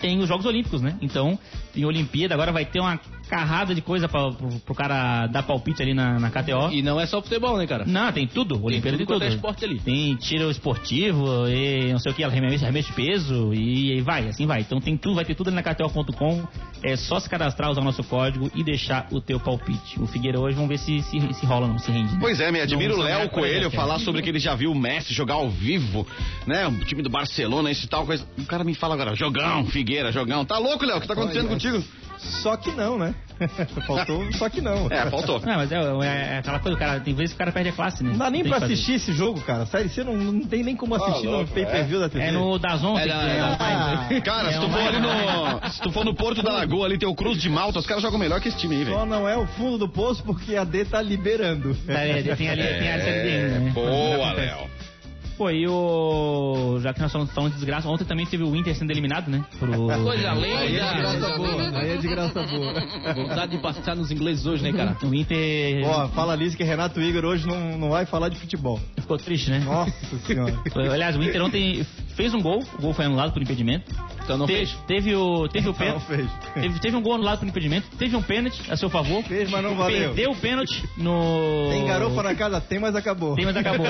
tem os Jogos Olímpicos, né? Então, tem Olimpíada, agora vai ter uma carrada de coisa pra, pro, pro cara dar palpite ali na, na KTO. E não é só futebol, né, cara? Não, tem tudo, Olimpíada né? tudo tem quanto tudo. é esporte ali. Tem tiro esportivo e não sei o que, arremesso, arremesso de peso e, aí vai, assim vai. Então tem tudo, vai ter tudo ali na KTO.com. É só se cadastrar, usar o nosso código e deixar o teu palpite. O Figueira hoje, vamos ver se, se, se rola, não se rende. né? Pois é, me admira o Não, Léo não, Coelho não, falar sobre que ele já viu o Messi jogar ao vivo, né? O time do Barcelona, esse tal coisa. O cara me fala agora, jogão, Figueira, jogão. Tá louco, Léo? O que tá acontecendo Olha. contigo? Só que não, né? Faltou, só que não. É, faltou. Não, mas é, é aquela coisa, cara, tem vezes que o cara perde a classe, né? Não dá nem Tem pra que fazer. assistir esse jogo, cara. Sério, você não, não tem nem como assistir no pay per view da TV. É no Dazon, É, tem que não, ser, é, né? Ah, Cara, se tu for ali no. Se tu for no Porto da Lagoa ali, tem o Cruz de Malta, os caras jogam melhor que esse time aí, velho. só não é o fundo do poço porque a D tá liberando. Tá, é, tem ali, tem a série dele, É, né? Boa, Léo. Pô, e o. Já que nós estamos falando de desgraça, ontem também teve o Inter sendo eliminado, né? Pro... Tá Coisa Aí é de linda! graça boa. Aí é de graça boa. Vontade de passar nos ingleses hoje, né, cara? O Inter Ó, fala Liz que Renato Igor hoje não, não vai falar de futebol. ficou triste, né? Nossa senhora. Foi- Aliás, o Inter ontem fez um gol, o gol foi anulado por impedimento. Então não Te- fez. Teve o, teve o Não pênalti. Então fez. Teve, teve um gol anulado por impedimento, teve um pênalti a seu favor. Fez, mas não valeu. Perdeu o pênalti no. Tem garofa na casa? Tem, mas acabou. Tem, mas acabou.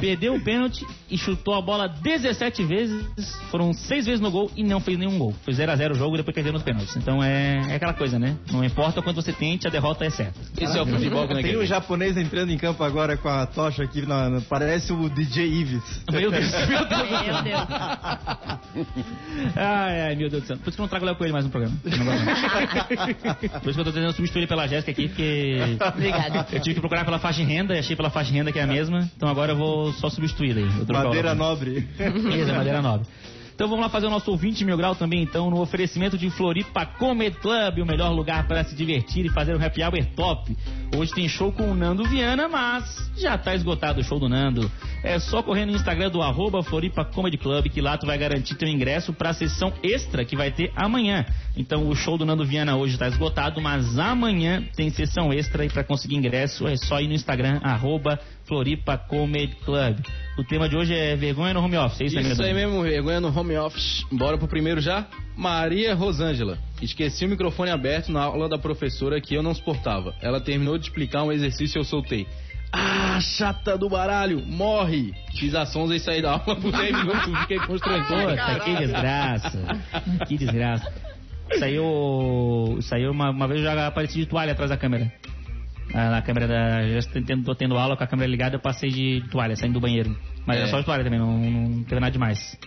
Perdeu o pênalti e chutou a bola 17 vezes. Foram 6 vezes no gol e não fez nenhum gol. Foi 0x0 o jogo e depois perdeu nos pênaltis. Então é, é aquela coisa, né? Não importa o quanto você tente, a derrota é certa. Esse é o futebol, né, Tem cara? um japonês entrando em campo agora com a tocha aqui, na- na- parece o DJ Ives. Meu Deus, meu Deus. Meu Deus. Ai, ai, meu Deus do céu. Por isso que eu não trago o Léo Coelho mais no programa. Eu não gosto, não. Por isso que eu tô tentando substituir ele pela Jéssica aqui, porque. Obrigada. Eu tive que procurar pela faixa de renda, e achei pela faixa de renda que é a mesma. Então agora eu vou só substituir ele. Eu trocar o Madeira Léo. nobre. Beleza, Madeira Nobre. Então vamos lá fazer o nosso ouvinte mil grau também, então, no oferecimento de Floripa Comedy Club, o melhor lugar para se divertir e fazer um happy hour top. Hoje tem show com o Nando Viana, mas já tá esgotado o show do Nando. É só correr no Instagram do arroba Floripa Comedy Club, que lá tu vai garantir teu ingresso para a sessão extra que vai ter amanhã. Então o show do Nando Viana hoje tá esgotado, mas amanhã tem sessão extra e para conseguir ingresso é só ir no Instagram, arroba Floripa Comedy Club. O tema de hoje é vergonha no home office, é isso, né, Isso Medo? aí mesmo, vergonha no home office. Bora pro primeiro já? Maria Rosângela. Esqueci o microfone aberto na aula da professora que eu não suportava. Ela terminou de explicar um exercício e eu soltei. Ah, chata do baralho, morre! Fiz a sonza e saí da aula por 10 minutos, fiquei constrangida. Puta, que desgraça. Que desgraça. Saiu. Saiu uma, uma vez eu já apareci de toalha atrás da câmera. Ah, Na câmera da. Já estou tendo, tô tendo aula com a câmera ligada, eu passei de toalha, saindo do banheiro. Mas É. era só de toalha também, não, não teve nada demais.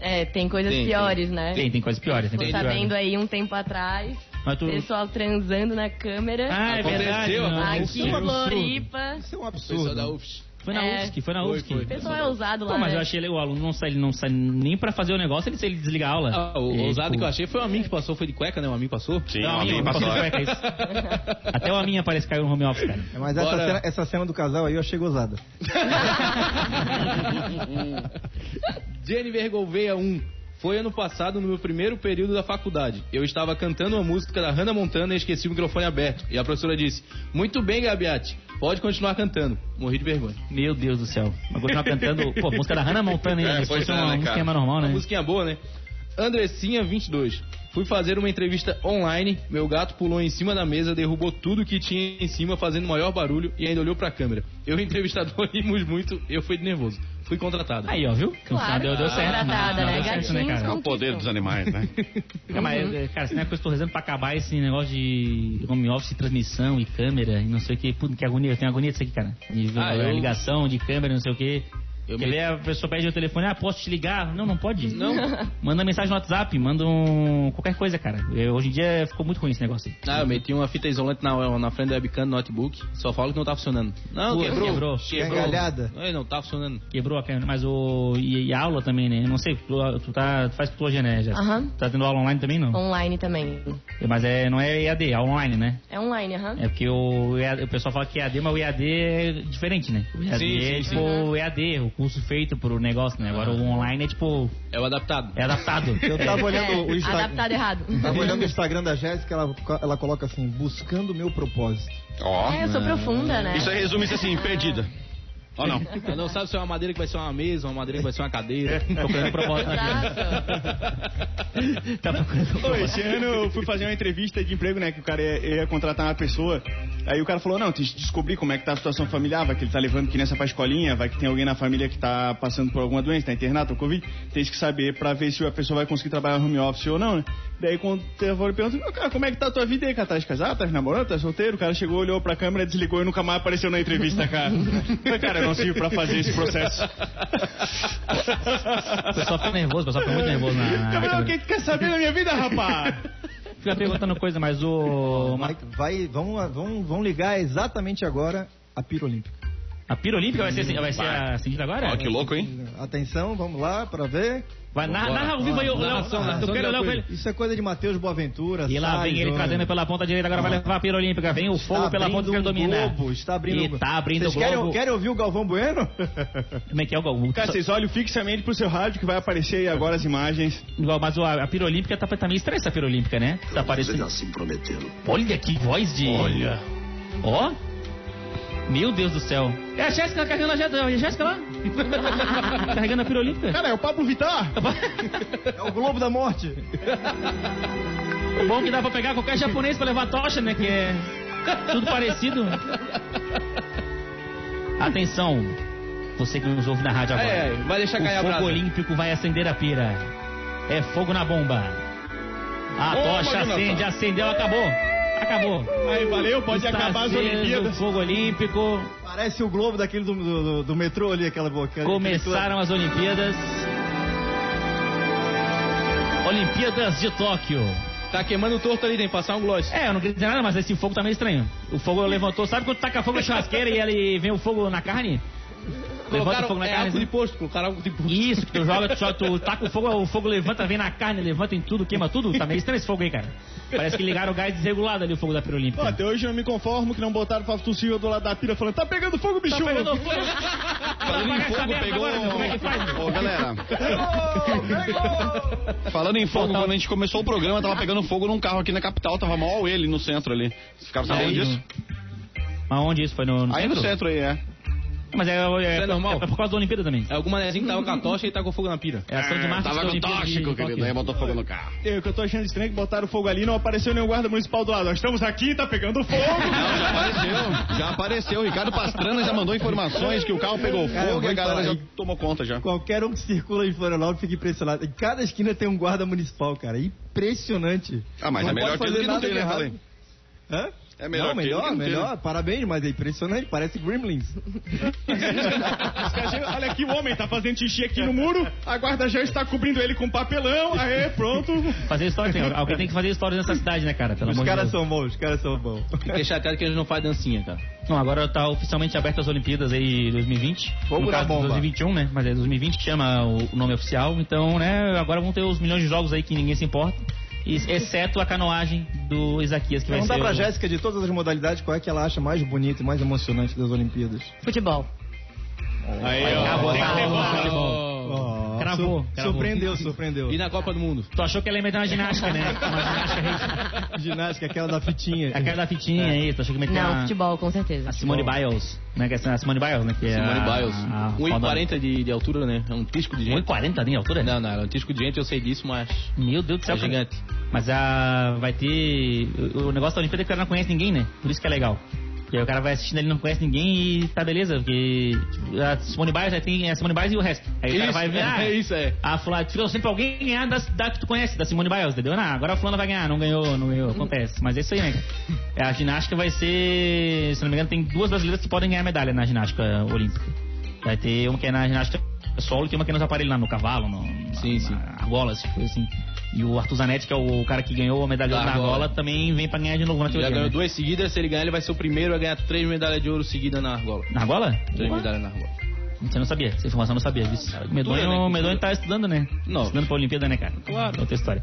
É, tem coisas Tem, piores, né? Tem, tem coisas piores, tem Tô coisas sabendo piores. aí um tempo atrás, Mas tu- pessoal transando na câmera. Ah, é Aconteceu, verdade. não. é um aqui Foi em na Floripa. Isso é um Pessoal absurdo. da UFS. Foi na É. USC, foi na Foi, USC. foi. O pessoal é ousado lá. Pô, mas né? eu achei ele, o aluno não sai, não sai nem pra fazer o negócio, ele, se ele desligar a aula. Ah, o E, ousado tipo, que eu achei foi o amigo que passou, foi de cueca, né? O amigo passou? Sim, Não, a minha, alguém passou passou. de cueca, isso. Até a minha parece que caiu no home office, cara. É, Mas essa Bora. cena, essa cena do casal aí eu achei gozada. Jennifer Gouveia 1. Foi ano passado, no meu primeiro período da faculdade. Eu estava cantando uma música da Hannah Montana e esqueci o microfone aberto. E a professora disse: Muito bem, Gabiati, pode continuar cantando. Morri de vergonha. Meu Deus do céu. Mas continuar cantando, pô, música da Hannah Montana, hein? É, Se pois fosse é, um, né, um cara? esquema normal, Uma né? musiquinha boa, né? Andressinha 22. Fui fazer uma entrevista online. Meu gato pulou em cima da mesa, derrubou tudo que tinha em cima, fazendo o maior barulho e ainda olhou pra câmera. Eu e o entrevistador rimos muito, eu fui nervoso. Fui contratado. Aí, ó, viu? Que no final Claro, deu, deu certo. contratada, Não, né? Deu certo, né, Gatinhos cara? É o poder dos animais, né? Não, mas, é, cara, se não é coisa que eu tô rezando pra acabar esse negócio de home office, transmissão e câmera e não sei o que. Puta, que agonia. Eu tenho agonia disso aqui, cara. De Ah, eh, eu- ligação, de câmera, não sei o que. Eu Quer me- ver, a pessoa pede o telefone, ah, posso te ligar? Não, não pode. Não. Manda mensagem no WhatsApp, manda um... qualquer coisa, cara. Eu- hoje em dia ficou muito ruim esse negócio aí. Ah, eu meti uma fita isolante na, na frente da webcam do notebook. Só falo que não tá funcionando. Não, Pô, quebrou. quebrou. Engalhada. Não, não tá funcionando. Quebrou a câmera, mas o... E, e a aula também, né? Eu não sei, tu, tu tá, tu faz psicologia, né, já? Aham. Tá tendo aula online também, não? Online também. Mas é, não é EAD, é online, né? É online, aham. É porque o, EAD o pessoal fala que EAD, mas o EAD é diferente, né? O EAD Sim, é sim, Ah. tipo o EAD, o curso feito pro negócio, né? Agora o online é tipo, É o adaptado. é adaptado. Eu tava É, olhando o Instagram. adaptado errado. Tá Tava então. olhando o Instagram da Jéssica, ela, ela coloca assim, buscando o meu propósito. Ó. É, eu sou profunda, né? é Isso aí resume-se assim, perdida. Ou não? Ela não sabe se é uma madeira que vai ser uma mesa, uma madeira que vai ser uma cadeira. Procurando propósito na vida. Exato. Tá procurando Ô, propósito. Esse ano eu fui fazer uma entrevista de emprego, né? Que o cara ia, ia contratar uma pessoa. Aí o cara falou, não, tem que descobrir como é que tá a situação familiar, vai que ele tá levando criança pra escolinha, vai que tem alguém na família que tá passando por alguma doença, tá internado, ou Covid. Tem que saber pra ver se a pessoa vai conseguir trabalhar home office ou não, né? Daí quando eu falei, pergunta, "Meu, cara, como é que tá a tua vida aí, cara? Tá casado, tá namorando, tá solteiro? O cara chegou, olhou pra câmera, desligou e nunca mais apareceu na entrevista, cara. Eu falei, cara, eu não sirvo pra fazer esse processo. O pessoal fica nervoso, o pessoal fica muito nervoso na, Tá na Cara, o câmera. que tu quer saber da minha vida, rapaz? Fica perguntando coisa, mas o... Vai, Então, vai, vamos, vamos, vamos ligar exatamente agora a Pira Olímpica. A pira olímpica vai ser, assim- vai ser acendida agora? Ó, que louco, hein? Atenção, vamos lá pra ver. Ah, Vai, narra, narra ao vivo aí, o Léo. Narração, narração um Eu quero o Léo da com ele. Isso é coisa de Matheus Boaventura. E lá Salles, vem ele olha. trazendo pela ponta direita, agora vai levar a pira olímpica. Vem o Tá fogo pela abrindo ponta que ele um domina. Globo, está abrindo E tá abrindo Vocês o globo. Querem, querem ouvir o Galvão Bueno? Como é que é o gol? Cara, vocês olham fixamente pro seu rádio que vai aparecer aí agora as imagens. Igual, mas o- a, a pira olímpica tá, tá meio estranha essa pira olímpica, né? Tá parecendo... se prometendo. Olha que voz de... Olha. Ó. Meu Deus do céu. É a Jéssica carregando a Jéssica, a Jéssica lá. carregando a pira olímpica. Cara, é o Pablo Vittar? é o Globo da Morte. O É bom que dá pra pegar qualquer japonês pra levar a tocha, né? Que é tudo parecido. Atenção, você que nos ouve na rádio agora. É, é, vai deixar cair a o fogo brasa. olímpico vai acender a pira. É fogo na bomba. A tocha acende, acendeu, acabou. Acabou. Aí, valeu, pode Está acabar as aceso Olimpíadas. o fogo olímpico. Parece o Globo daquele do, do, do- do metrô ali, aquela boca. Começaram as Olimpíadas. Olimpíadas de Tóquio. Tá queimando torto ali, tem que passar um gloss. É, eu não queria dizer nada, mas esse fogo tá meio estranho. O fogo levantou, sabe quando taca fogo na churrasqueira e ele vem o fogo na carne? Levanta o fogo na é carne. álcool de assim. posto, colocaram álcool de posto. Isso, que tu joga, tu, joga, tu taca o fogo, o fogo levanta, vem na carne, levanta em tudo, queima tudo. Tá meio estranho esse fogo aí, cara. Parece que ligaram o gás desregulado ali, o fogo da Pô, pirolímpica. até hoje eu não me conformo que não botaram o Fausto Silva do lado da pira falando, tá pegando fogo, bicho! Falando em Apaga essa fogo, merda pegou. agora, meu, como é que faz? Ô, galera. Falando em fogo, quando a gente começou o programa, tava pegando fogo num carro aqui na capital, tava mal ele no centro ali. Vocês ficaram sabendo Aí, disso? Mas onde isso? Foi no, no Aí no centro aí, é. Mas é, é, Isso é normal? é por causa da Olimpíada também. É algum manezinho que tava com a tocha e tá com fogo na pira. É ação de marketing Tava da com Olimpíada de tóxico, Tóquio. é querido. Aí botou fogo no carro. O que eu tô achando estranho é que botaram fogo ali e não apareceu nenhum guarda municipal do lado. Nós estamos aqui, tá pegando fogo! Já apareceu, já apareceu. Ricardo Pastrana já mandou informações que o carro pegou Cara, eu fogo e vou a galera falar já aí. tomou conta já. Qualquer um que circula em Florianópolis fica impressionado. Em cada esquina tem um guarda municipal, cara. Impressionante. Ah, mas Não é melhor pode que fazer ele não nada tem, de né? errado. Falei. Hã? É melhor Não, que ele melhor, não tem, né? melhor. Parabéns, mas é impressionante. Parece Gremlins. Os caras chegam, Olha aqui, o homem tá fazendo xixi aqui no muro, a guarda já está cobrindo ele com papelão, aê, pronto. Fazer história, tem, alguém tem que fazer história nessa cidade, né, cara? Pelo Os amor de caras Deus. são bons, os caras são bons. Fiquei chateado que eles não fazem dancinha, cara. Não, agora tá oficialmente aberta as Olimpíadas aí 2020. Fogo no na caso, bomba. 2021, né? Mas é 2020 que chama o o nome oficial. Então, né, agora vão ter os milhões de jogos aí que ninguém se importa. e- Exceto a canoagem do Isaquias, que vai Vamos ser. dar pra o- Jéssica de todas as modalidades qual é que ela acha mais bonita e mais emocionante das Olimpíadas. Futebol. Aí, ó. Acabou, acabou, acabou. Oh, Cravou, su- cravou. Surpreendeu, surpreendeu. E na Copa do Mundo? Tu achou que ela ia meter uma ginástica, né? Uma ginástica rítmica. Ginástica, aquela da fitinha. Aquela da fitinha É. aí, tu achou que ia meter Não, uma... futebol, com certeza. A Simone Biles, né? Que é a Simone Biles, né? Que é Simone a- Biles. a- a- 1,40 de, de altura, né? É um tisco de gente. 1,40 de altura? Não, não, era um tisco de gente, eu sei disso, mas. Meu Deus do céu, É cara. gigante. Mas a, vai ter. O, o negócio da Olimpíada é que o cara não conhece ninguém, né? Por isso que é legal. Porque aí o cara vai assistindo ele não conhece ninguém e tá beleza, porque a Simone Biles já tem a Simone Biles e o resto. Aí o cara vai ver. Ah, é isso, é. A fulana, tu sempre alguém ganhar da, da que tu conhece, da Simone Biles, entendeu? Ah, agora a fulana vai ganhar, não ganhou, não ganhou, acontece. Mas é isso aí, né? É, A ginástica vai ser, se não me engano, tem duas brasileiras que podem ganhar medalha na ginástica olímpica. Vai ter um que é na ginástica solo e tem uma que é nos aparelhos lá no cavalo, no, Sim, na, sim. na argola, essas coisas assim. E o Arthur Zanetti, que é o cara que ganhou a medalha de ouro Da na argola. argola, também vem pra ganhar de novo na Já teoria. ganhou né? duas seguidas, se ele ganhar, ele vai ser o primeiro a ganhar três medalhas de ouro seguidas na argola. Na argola? Três Ué, medalhas na argola. Você não sabia, essa informação eu não sabia disso. cultura, Medonho, né? Cultura. Medonho tá estudando, né? Não. Estudando pra Olimpíada, né, cara? Claro. Outra história.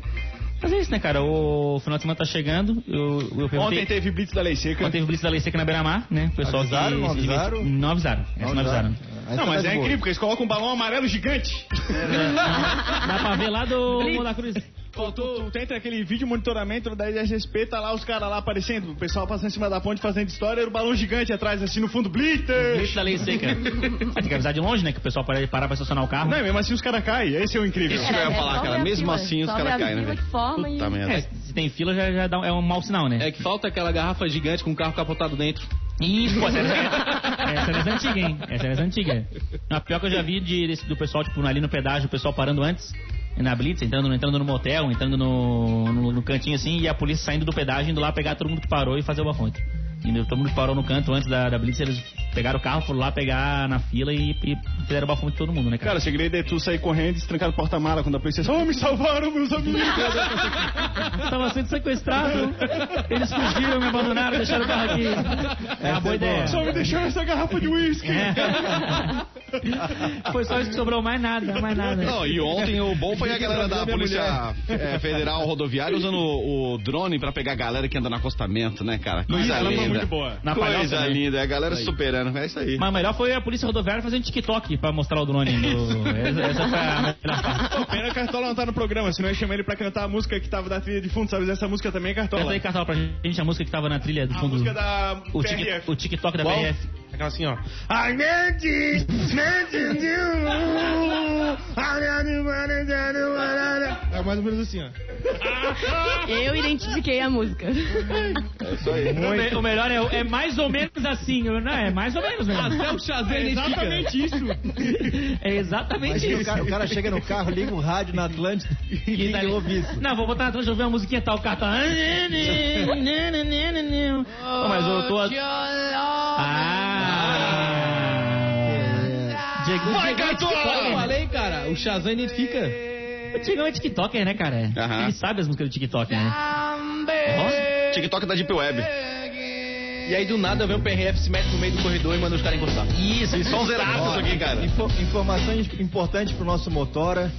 Mas é isso, né, cara? O final de semana tá chegando. Eu, eu perguntei... Ontem teve Blitz da Lei Seca. Ontem teve o Blitz da Lei Seca na Beira-Mar, né? O pessoal Avisaram, que não se divertiu- avisaram? Não avisaram. Essa não avisaram. Aí tá Não, mas mais é boa. incrível, porque eles colocam um balão amarelo gigante. Dá pra ver lá do Morro da Cruz. Pô, tu, tu entra aquele vídeo monitoramento da ISSP, tá lá os caras lá aparecendo, o pessoal passando em cima da ponte fazendo história, e o balão gigante atrás, assim, no fundo, Blitz blitter! da Lei Seca. Aí tem que avisar de longe, né? Que o pessoal para parar pra estacionar o carro. Não, e mesmo assim os caras caem, esse é o incrível. Isso que eu ia falar, cara. Mesmo assim, os caras caem, né, né? velho? que forma e... Puta merda. É, se tem fila, já, já dá um, é um mau sinal, né? É que falta aquela garrafa gigante com o carro capotado dentro. Isso, pô, essa era, essa era antiga, hein? Essa é era antiga. A pior que eu já vi de, desse- do pessoal, tipo, ali no pedágio, o pessoal parando antes, na Blitz, entrando, entrando no motel, entrando no, no, no cantinho assim, e a polícia saindo do pedágio, indo lá pegar todo mundo que parou e fazer o bafonte. E todo mundo que parou no canto antes da, da Blitz, eles pegaram o carro, foram lá pegar na fila e, e fizeram o bafonte de todo mundo, né, cara? Cara, o segredo é tu sair correndo e se trancar no porta-mala quando a polícia Oh, me salvaram, meus amigos! Tava sendo sequestrado, eles fugiram, me abandonaram, deixaram o carro aqui. É uma boa ideia. É. Só me deixaram essa garrafa de uísque! Foi só isso que sobrou, mais nada, mais nada. Não, e ontem o bom foi a galera da Polícia eh, Federal Rodoviária usando o, o drone pra pegar a galera que anda no acostamento, né, cara? Coisa ela foi linda. é muito boa. Na palhoça, Coisa né? linda, é a galera superando, é isso aí. Mas a melhor foi a polícia rodoviária fazendo TikTok pra mostrar o drone. No... Essa, essa foi a melhor parte. Pô, pena que a Cartola não tá no programa, senão eu chamei ele pra cantar a música que tava da trilha de fundo, sabe? Essa música também é Canta Cartola. Ah, aí, Cartola, pra gente a música que tava na trilha do A fundo. música da O, tic- PRF. o TikTok da BF. Aquela assim, ó. I need you, need you. I got you, I need you, I need you. É mais ou menos assim, ó. Eu identifiquei a música. O, me- o melhor é, o- é mais ou menos assim. eu- Não, é mais ou menos, né? Até o Chazer Exatamente isso. É exatamente Imagina, o isso. cara, o cara chega no carro, liga o rádio na Atlântida e Que tá ninguém ali- ouve isso. Não, vou botar na deixa eu ver uma musiquinha tal, o cara tá. né, Pô, né. Mas eu tô. 아, Ah! Diego, Vai, Eu falei, cara, o Shazam é 네. identifica. O Tiagão é TikToker, né, cara? Aham. Ele sabe as músicas do TikTok, né? Ó, TikTok da Deep Web. 네. E aí do nada vem um o PRF, se mete no meio do corredor e manda os caras encostar. Isso, isso. São zeraços aqui, cara. Info- informações importantes pro nosso motora,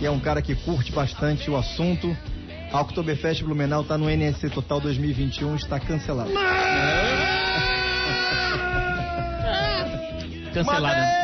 que é um cara que curte bastante o assunto. A Oktoberfest Blumenau tá no NSC Total 2021, está cancelado. Cancelado. é-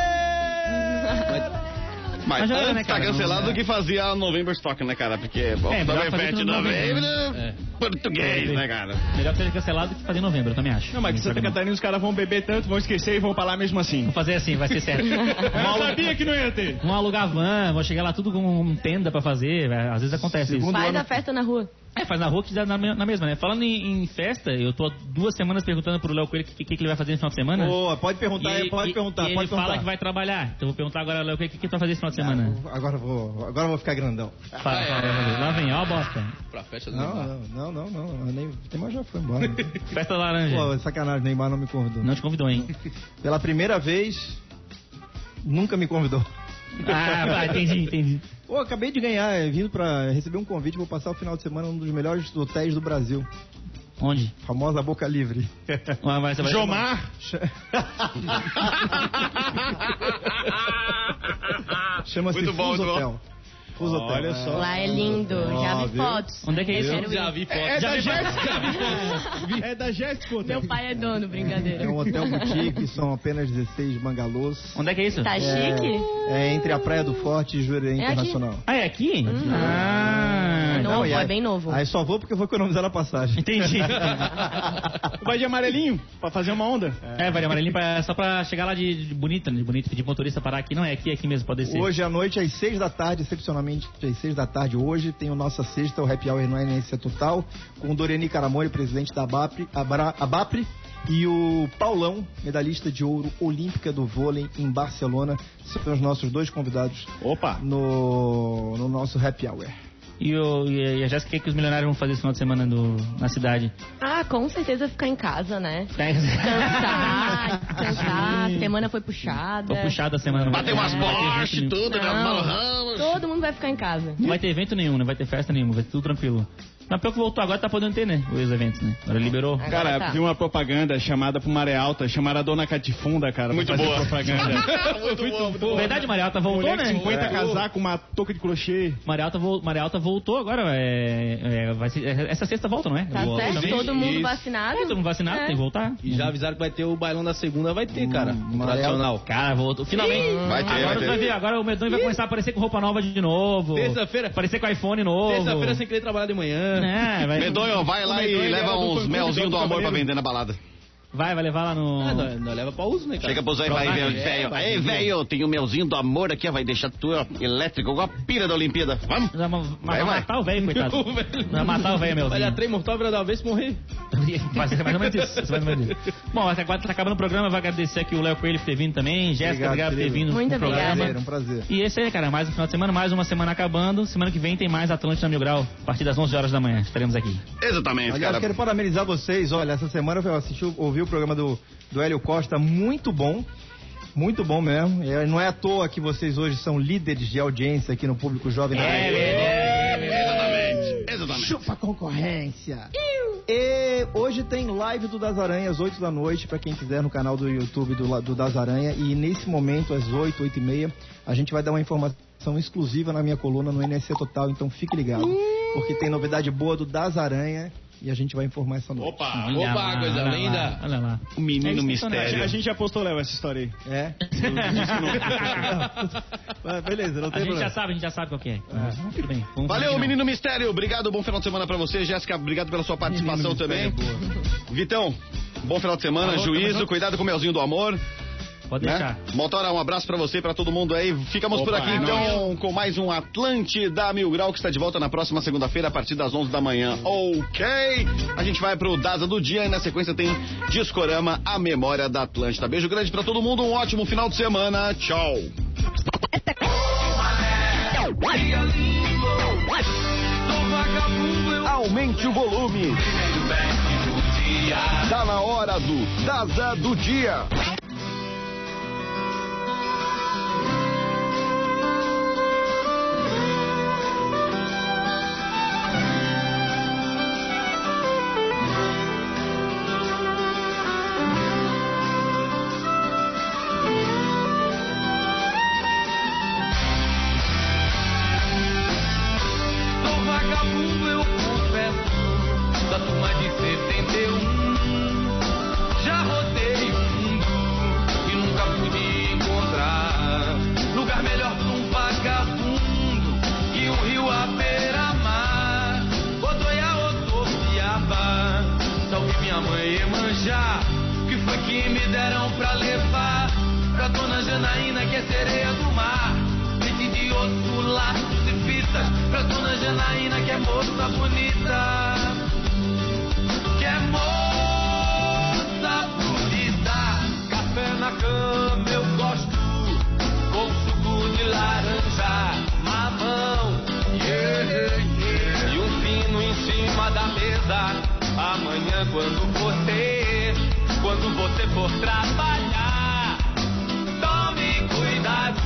Mas Mas já era, né, antes tá cara? cancelado o que fazia a November Stock, né, cara? Porque bom, É, também melhor fazer Fete tudo né? É. no November, É. November, português, né, cara? Melhor que seja cancelado que fazer em novembro, eu também acho. Não, mas que tá Santa Catarina os caras vão beber tanto, vão esquecer e vão pra lá mesmo assim. Vou fazer assim, vai ser certo. Vão Eu alugar, sabia que não ia ter. vão alugar van, vão chegar lá tudo com um tenda pra fazer. vai- Às vezes acontece isso. Faz a festa na rua. É, faz na rua que dá na, me- na mesma, né? Falando em, em festa, eu tô há duas semanas perguntando pro Léo Coelho o que, que, que ele vai fazer no final de semana. Boa, pode perguntar, E ele- tá, é, pode e- perguntar, e ele pode perguntar. Ah, fala que vai trabalhar. Então eu vou perguntar agora, Léo, o que, que, que tu vai fazer esse final de semana? Agora eu vou, agora eu vou ficar grandão. Fala, fala, fala. Lá vem, ó, a bosta. Pra festa do Neymar. Não, não, não, não, não. Nem, o Neymar já foi embora. Festa da laranja. Pô, sacanagem, o Neymar não me convidou. Não te convidou, hein? Pela primeira vez, nunca me convidou. Ah, tá, entendi, entendi. Pô, acabei de ganhar, é, vindo pra receber um convite, vou passar o final de semana num dos melhores hotéis do Brasil. Onde? Famosa Boca Livre. Ué, mas você vai- Jomar, Chama-se Muito Fuso bom, muito Hotel. Fuso Hotel. Olha só. Lá é lindo. Já Ó, vi viu? fotos. Onde é que é isso? Quero Já ir. vi foto. é Já da vi Jéssica. É da Jéssica. Meu pai é dono, brincadeira. É um hotel boutique, são apenas 16 bangalôs. Onde é que é isso? Tá chique? É entre a Praia do Forte e É Jureira aqui. Internacional. Ah, é aqui? Ah, Novo, e é aí- bem novo. Aí só vou porque eu vou economizar na passagem. entendi. Vai de amarelinho pra fazer uma onda. É, vai de amarelinho pra- só pra chegar lá de, de bonito, né? De bonito, pedir pro motorista parar aqui. Não, é aqui, é aqui mesmo, pode descer. Hoje à noite, às seis da tarde, excepcionalmente às seis da tarde, hoje tem o nossa sexta, o Happy Hour no NSC Total, com o Doreni Caramori, presidente da ABAPRE, Abra- ABAPRE, e o Paulão, medalhista de ouro olímpica do vôlei em Barcelona. São os nossos dois convidados Opa. no, no nosso Happy Hour. E, o- e a Jéssica, o que, que os milionários vão fazer esse final de semana no- na cidade? Ah, com certeza ficar em casa, né? Descansar, descansar. A semana foi puxada. Tô puxado a semana. Bateu umas bolas e tudo. né? Não, todo mundo vai ficar em casa. Não vai ter evento nenhum, não vai ter festa nenhuma, vai ser tudo tranquilo. Mas pior que voltou agora, tá podendo ter, né? Os eventos, né? Agora liberou. É, Cara, tá. vi uma propaganda chamada pro Maré Alta, chamaram a dona Catifunda, cara. pra Muito fazer boa. propaganda. Na verdade, Marialta voltou, Mulher né? de 50 casaco, uma touca de crochê. Marialta, vo- Marialta voltou agora. É, é, vai ser- é- essa sexta volta, não é? Tá Volta. certo? Todo mundo vacinado. Todo mundo vacinado, É. tem que voltar. E já avisaram que vai ter o bailão da segunda, vai Hum, ter, cara. O Tradicional. Cara, voltou. Finalmente. Vai ter, agora vai tu ter. vai ver, agora o Medonho vai começar a aparecer com roupa nova de novo. Terça-feira- Aparecer com iPhone novo. Terça-feira sem querer trabalhar de manhã. É, vai, Medonho, vai lá e leva uns melzinho do amor pra vender na balada. vai, vai levar lá no. Ah, não, não leva pra uso, né, cara? Chega pro Zé e vai, Provar que é, velho. vai Ei, vender. velho, tem o melzinho do amor aqui, ó, vai deixar tu ó, elétrico igual a pira da Olimpíada. Vamos? Vai, ma- Vai, vai vai. matar o velho, coitado. Vai matar o velho, meu. Vai dar três mortal, vai dar uma vez e morrer. Vai ser mais ou menos isso. vai ser mais ou menos isso. Bom, até agora tá acabando o programa. Vou agradecer aqui o Léo Coelho por ter vindo também. Jéssica, obrigado Obrigado, por ter querido. vindo Muito no obrigada. programa. Prazer, um prazer. E esse aí, cara, mais um final de semana, mais uma semana acabando. Semana que vem tem mais Atlântida Mil Grau, a partir das 11 horas da manhã. Estaremos aqui. Exatamente, Aliás, cara. quero parabenizar vocês. Olha, essa semana eu assisti, ouvi o programa do, do Hélio Costa, muito bom. Muito bom mesmo. É, não é à toa que vocês hoje são líderes de audiência aqui no público jovem. da É, rádio. Exatamente, exatamente. Chupa a concorrência. E hoje tem live do Das Aranhas, 8 da noite, pra quem quiser, no canal do YouTube do, La- do Das Aranha. E nesse momento, às 8, 8 e meia, a gente vai dar uma informação exclusiva na minha coluna no NSC Total, então fique ligado. Porque tem novidade boa do Das Aranha e a gente vai informar essa noite. Opa, Olha Opa, lá, coisa olha lá, linda. olha lá. É o menino mistério. A gente já postou, Léo, essa história aí. É? Ah, Beleza, não A tem gente já problema. sabe, a gente já sabe qual que é. Tudo bem. vamos Valeu, continuar. menino mistério. Obrigado, bom final de semana pra você. Jéssica, obrigado pela sua participação também. Vitão, bom final de semana. Falou, tamo Juízo, junto. cuidado com o melzinho do amor. Pode deixar. é Né? Motora, um abraço pra você e pra todo mundo aí. Ficamos por aqui então com mais um Atlântida Mil Grau que está de volta na próxima segunda-feira a partir das 11 da manhã. Ok? A gente vai pro Daza do Dia e na sequência tem Discorama, a memória da Atlântida. Beijo grande pra todo mundo, um ótimo final de semana. Tchau. Aumente o volume. Tá na hora do Daza do Dia. Sou vagabundo, eu confesso, da turma de 71. Já rodei o mundo e nunca pude encontrar lugar melhor que um vagabundo que um rio à beira-mar. Odoia, odoiaba, salve minha mãe Emanjá, que foi que me deram pra levar pra dona Janaína, que é sereia do mar. Gente de osso, laços e fitas, pra dona Janaína, que é moça bonita que é moça bonita. Café na cama eu gosto, com suco de laranja, mamão, yeah, yeah. e um pino em cima da mesa. Amanhã quando você, quando você for trabalhar, tome cuidado,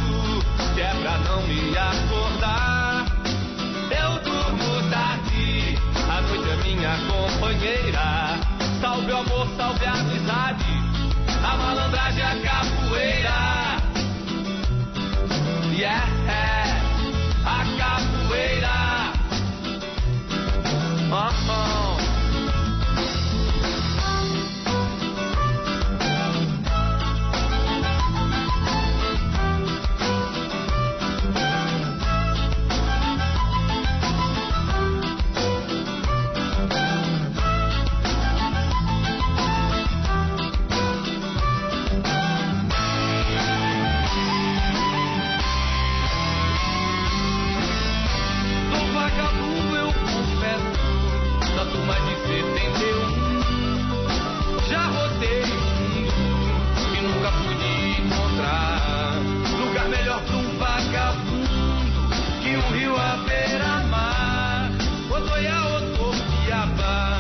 que é pra não me acordar. Eu durmo tarde, a noite é minha companheira. Salve o amor, salve a amizade, a malandragem, a capoeira. Yeah, a capoeira. Oh, oh. um ou Goiás ou Torquiaba.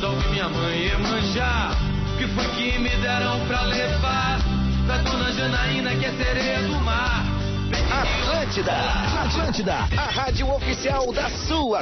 Salve minha mãe Emanjá, que foi que me deram pra levar pra dona Janaína que é sereia do mar. Atlântida, Atlântida, a rádio oficial da sua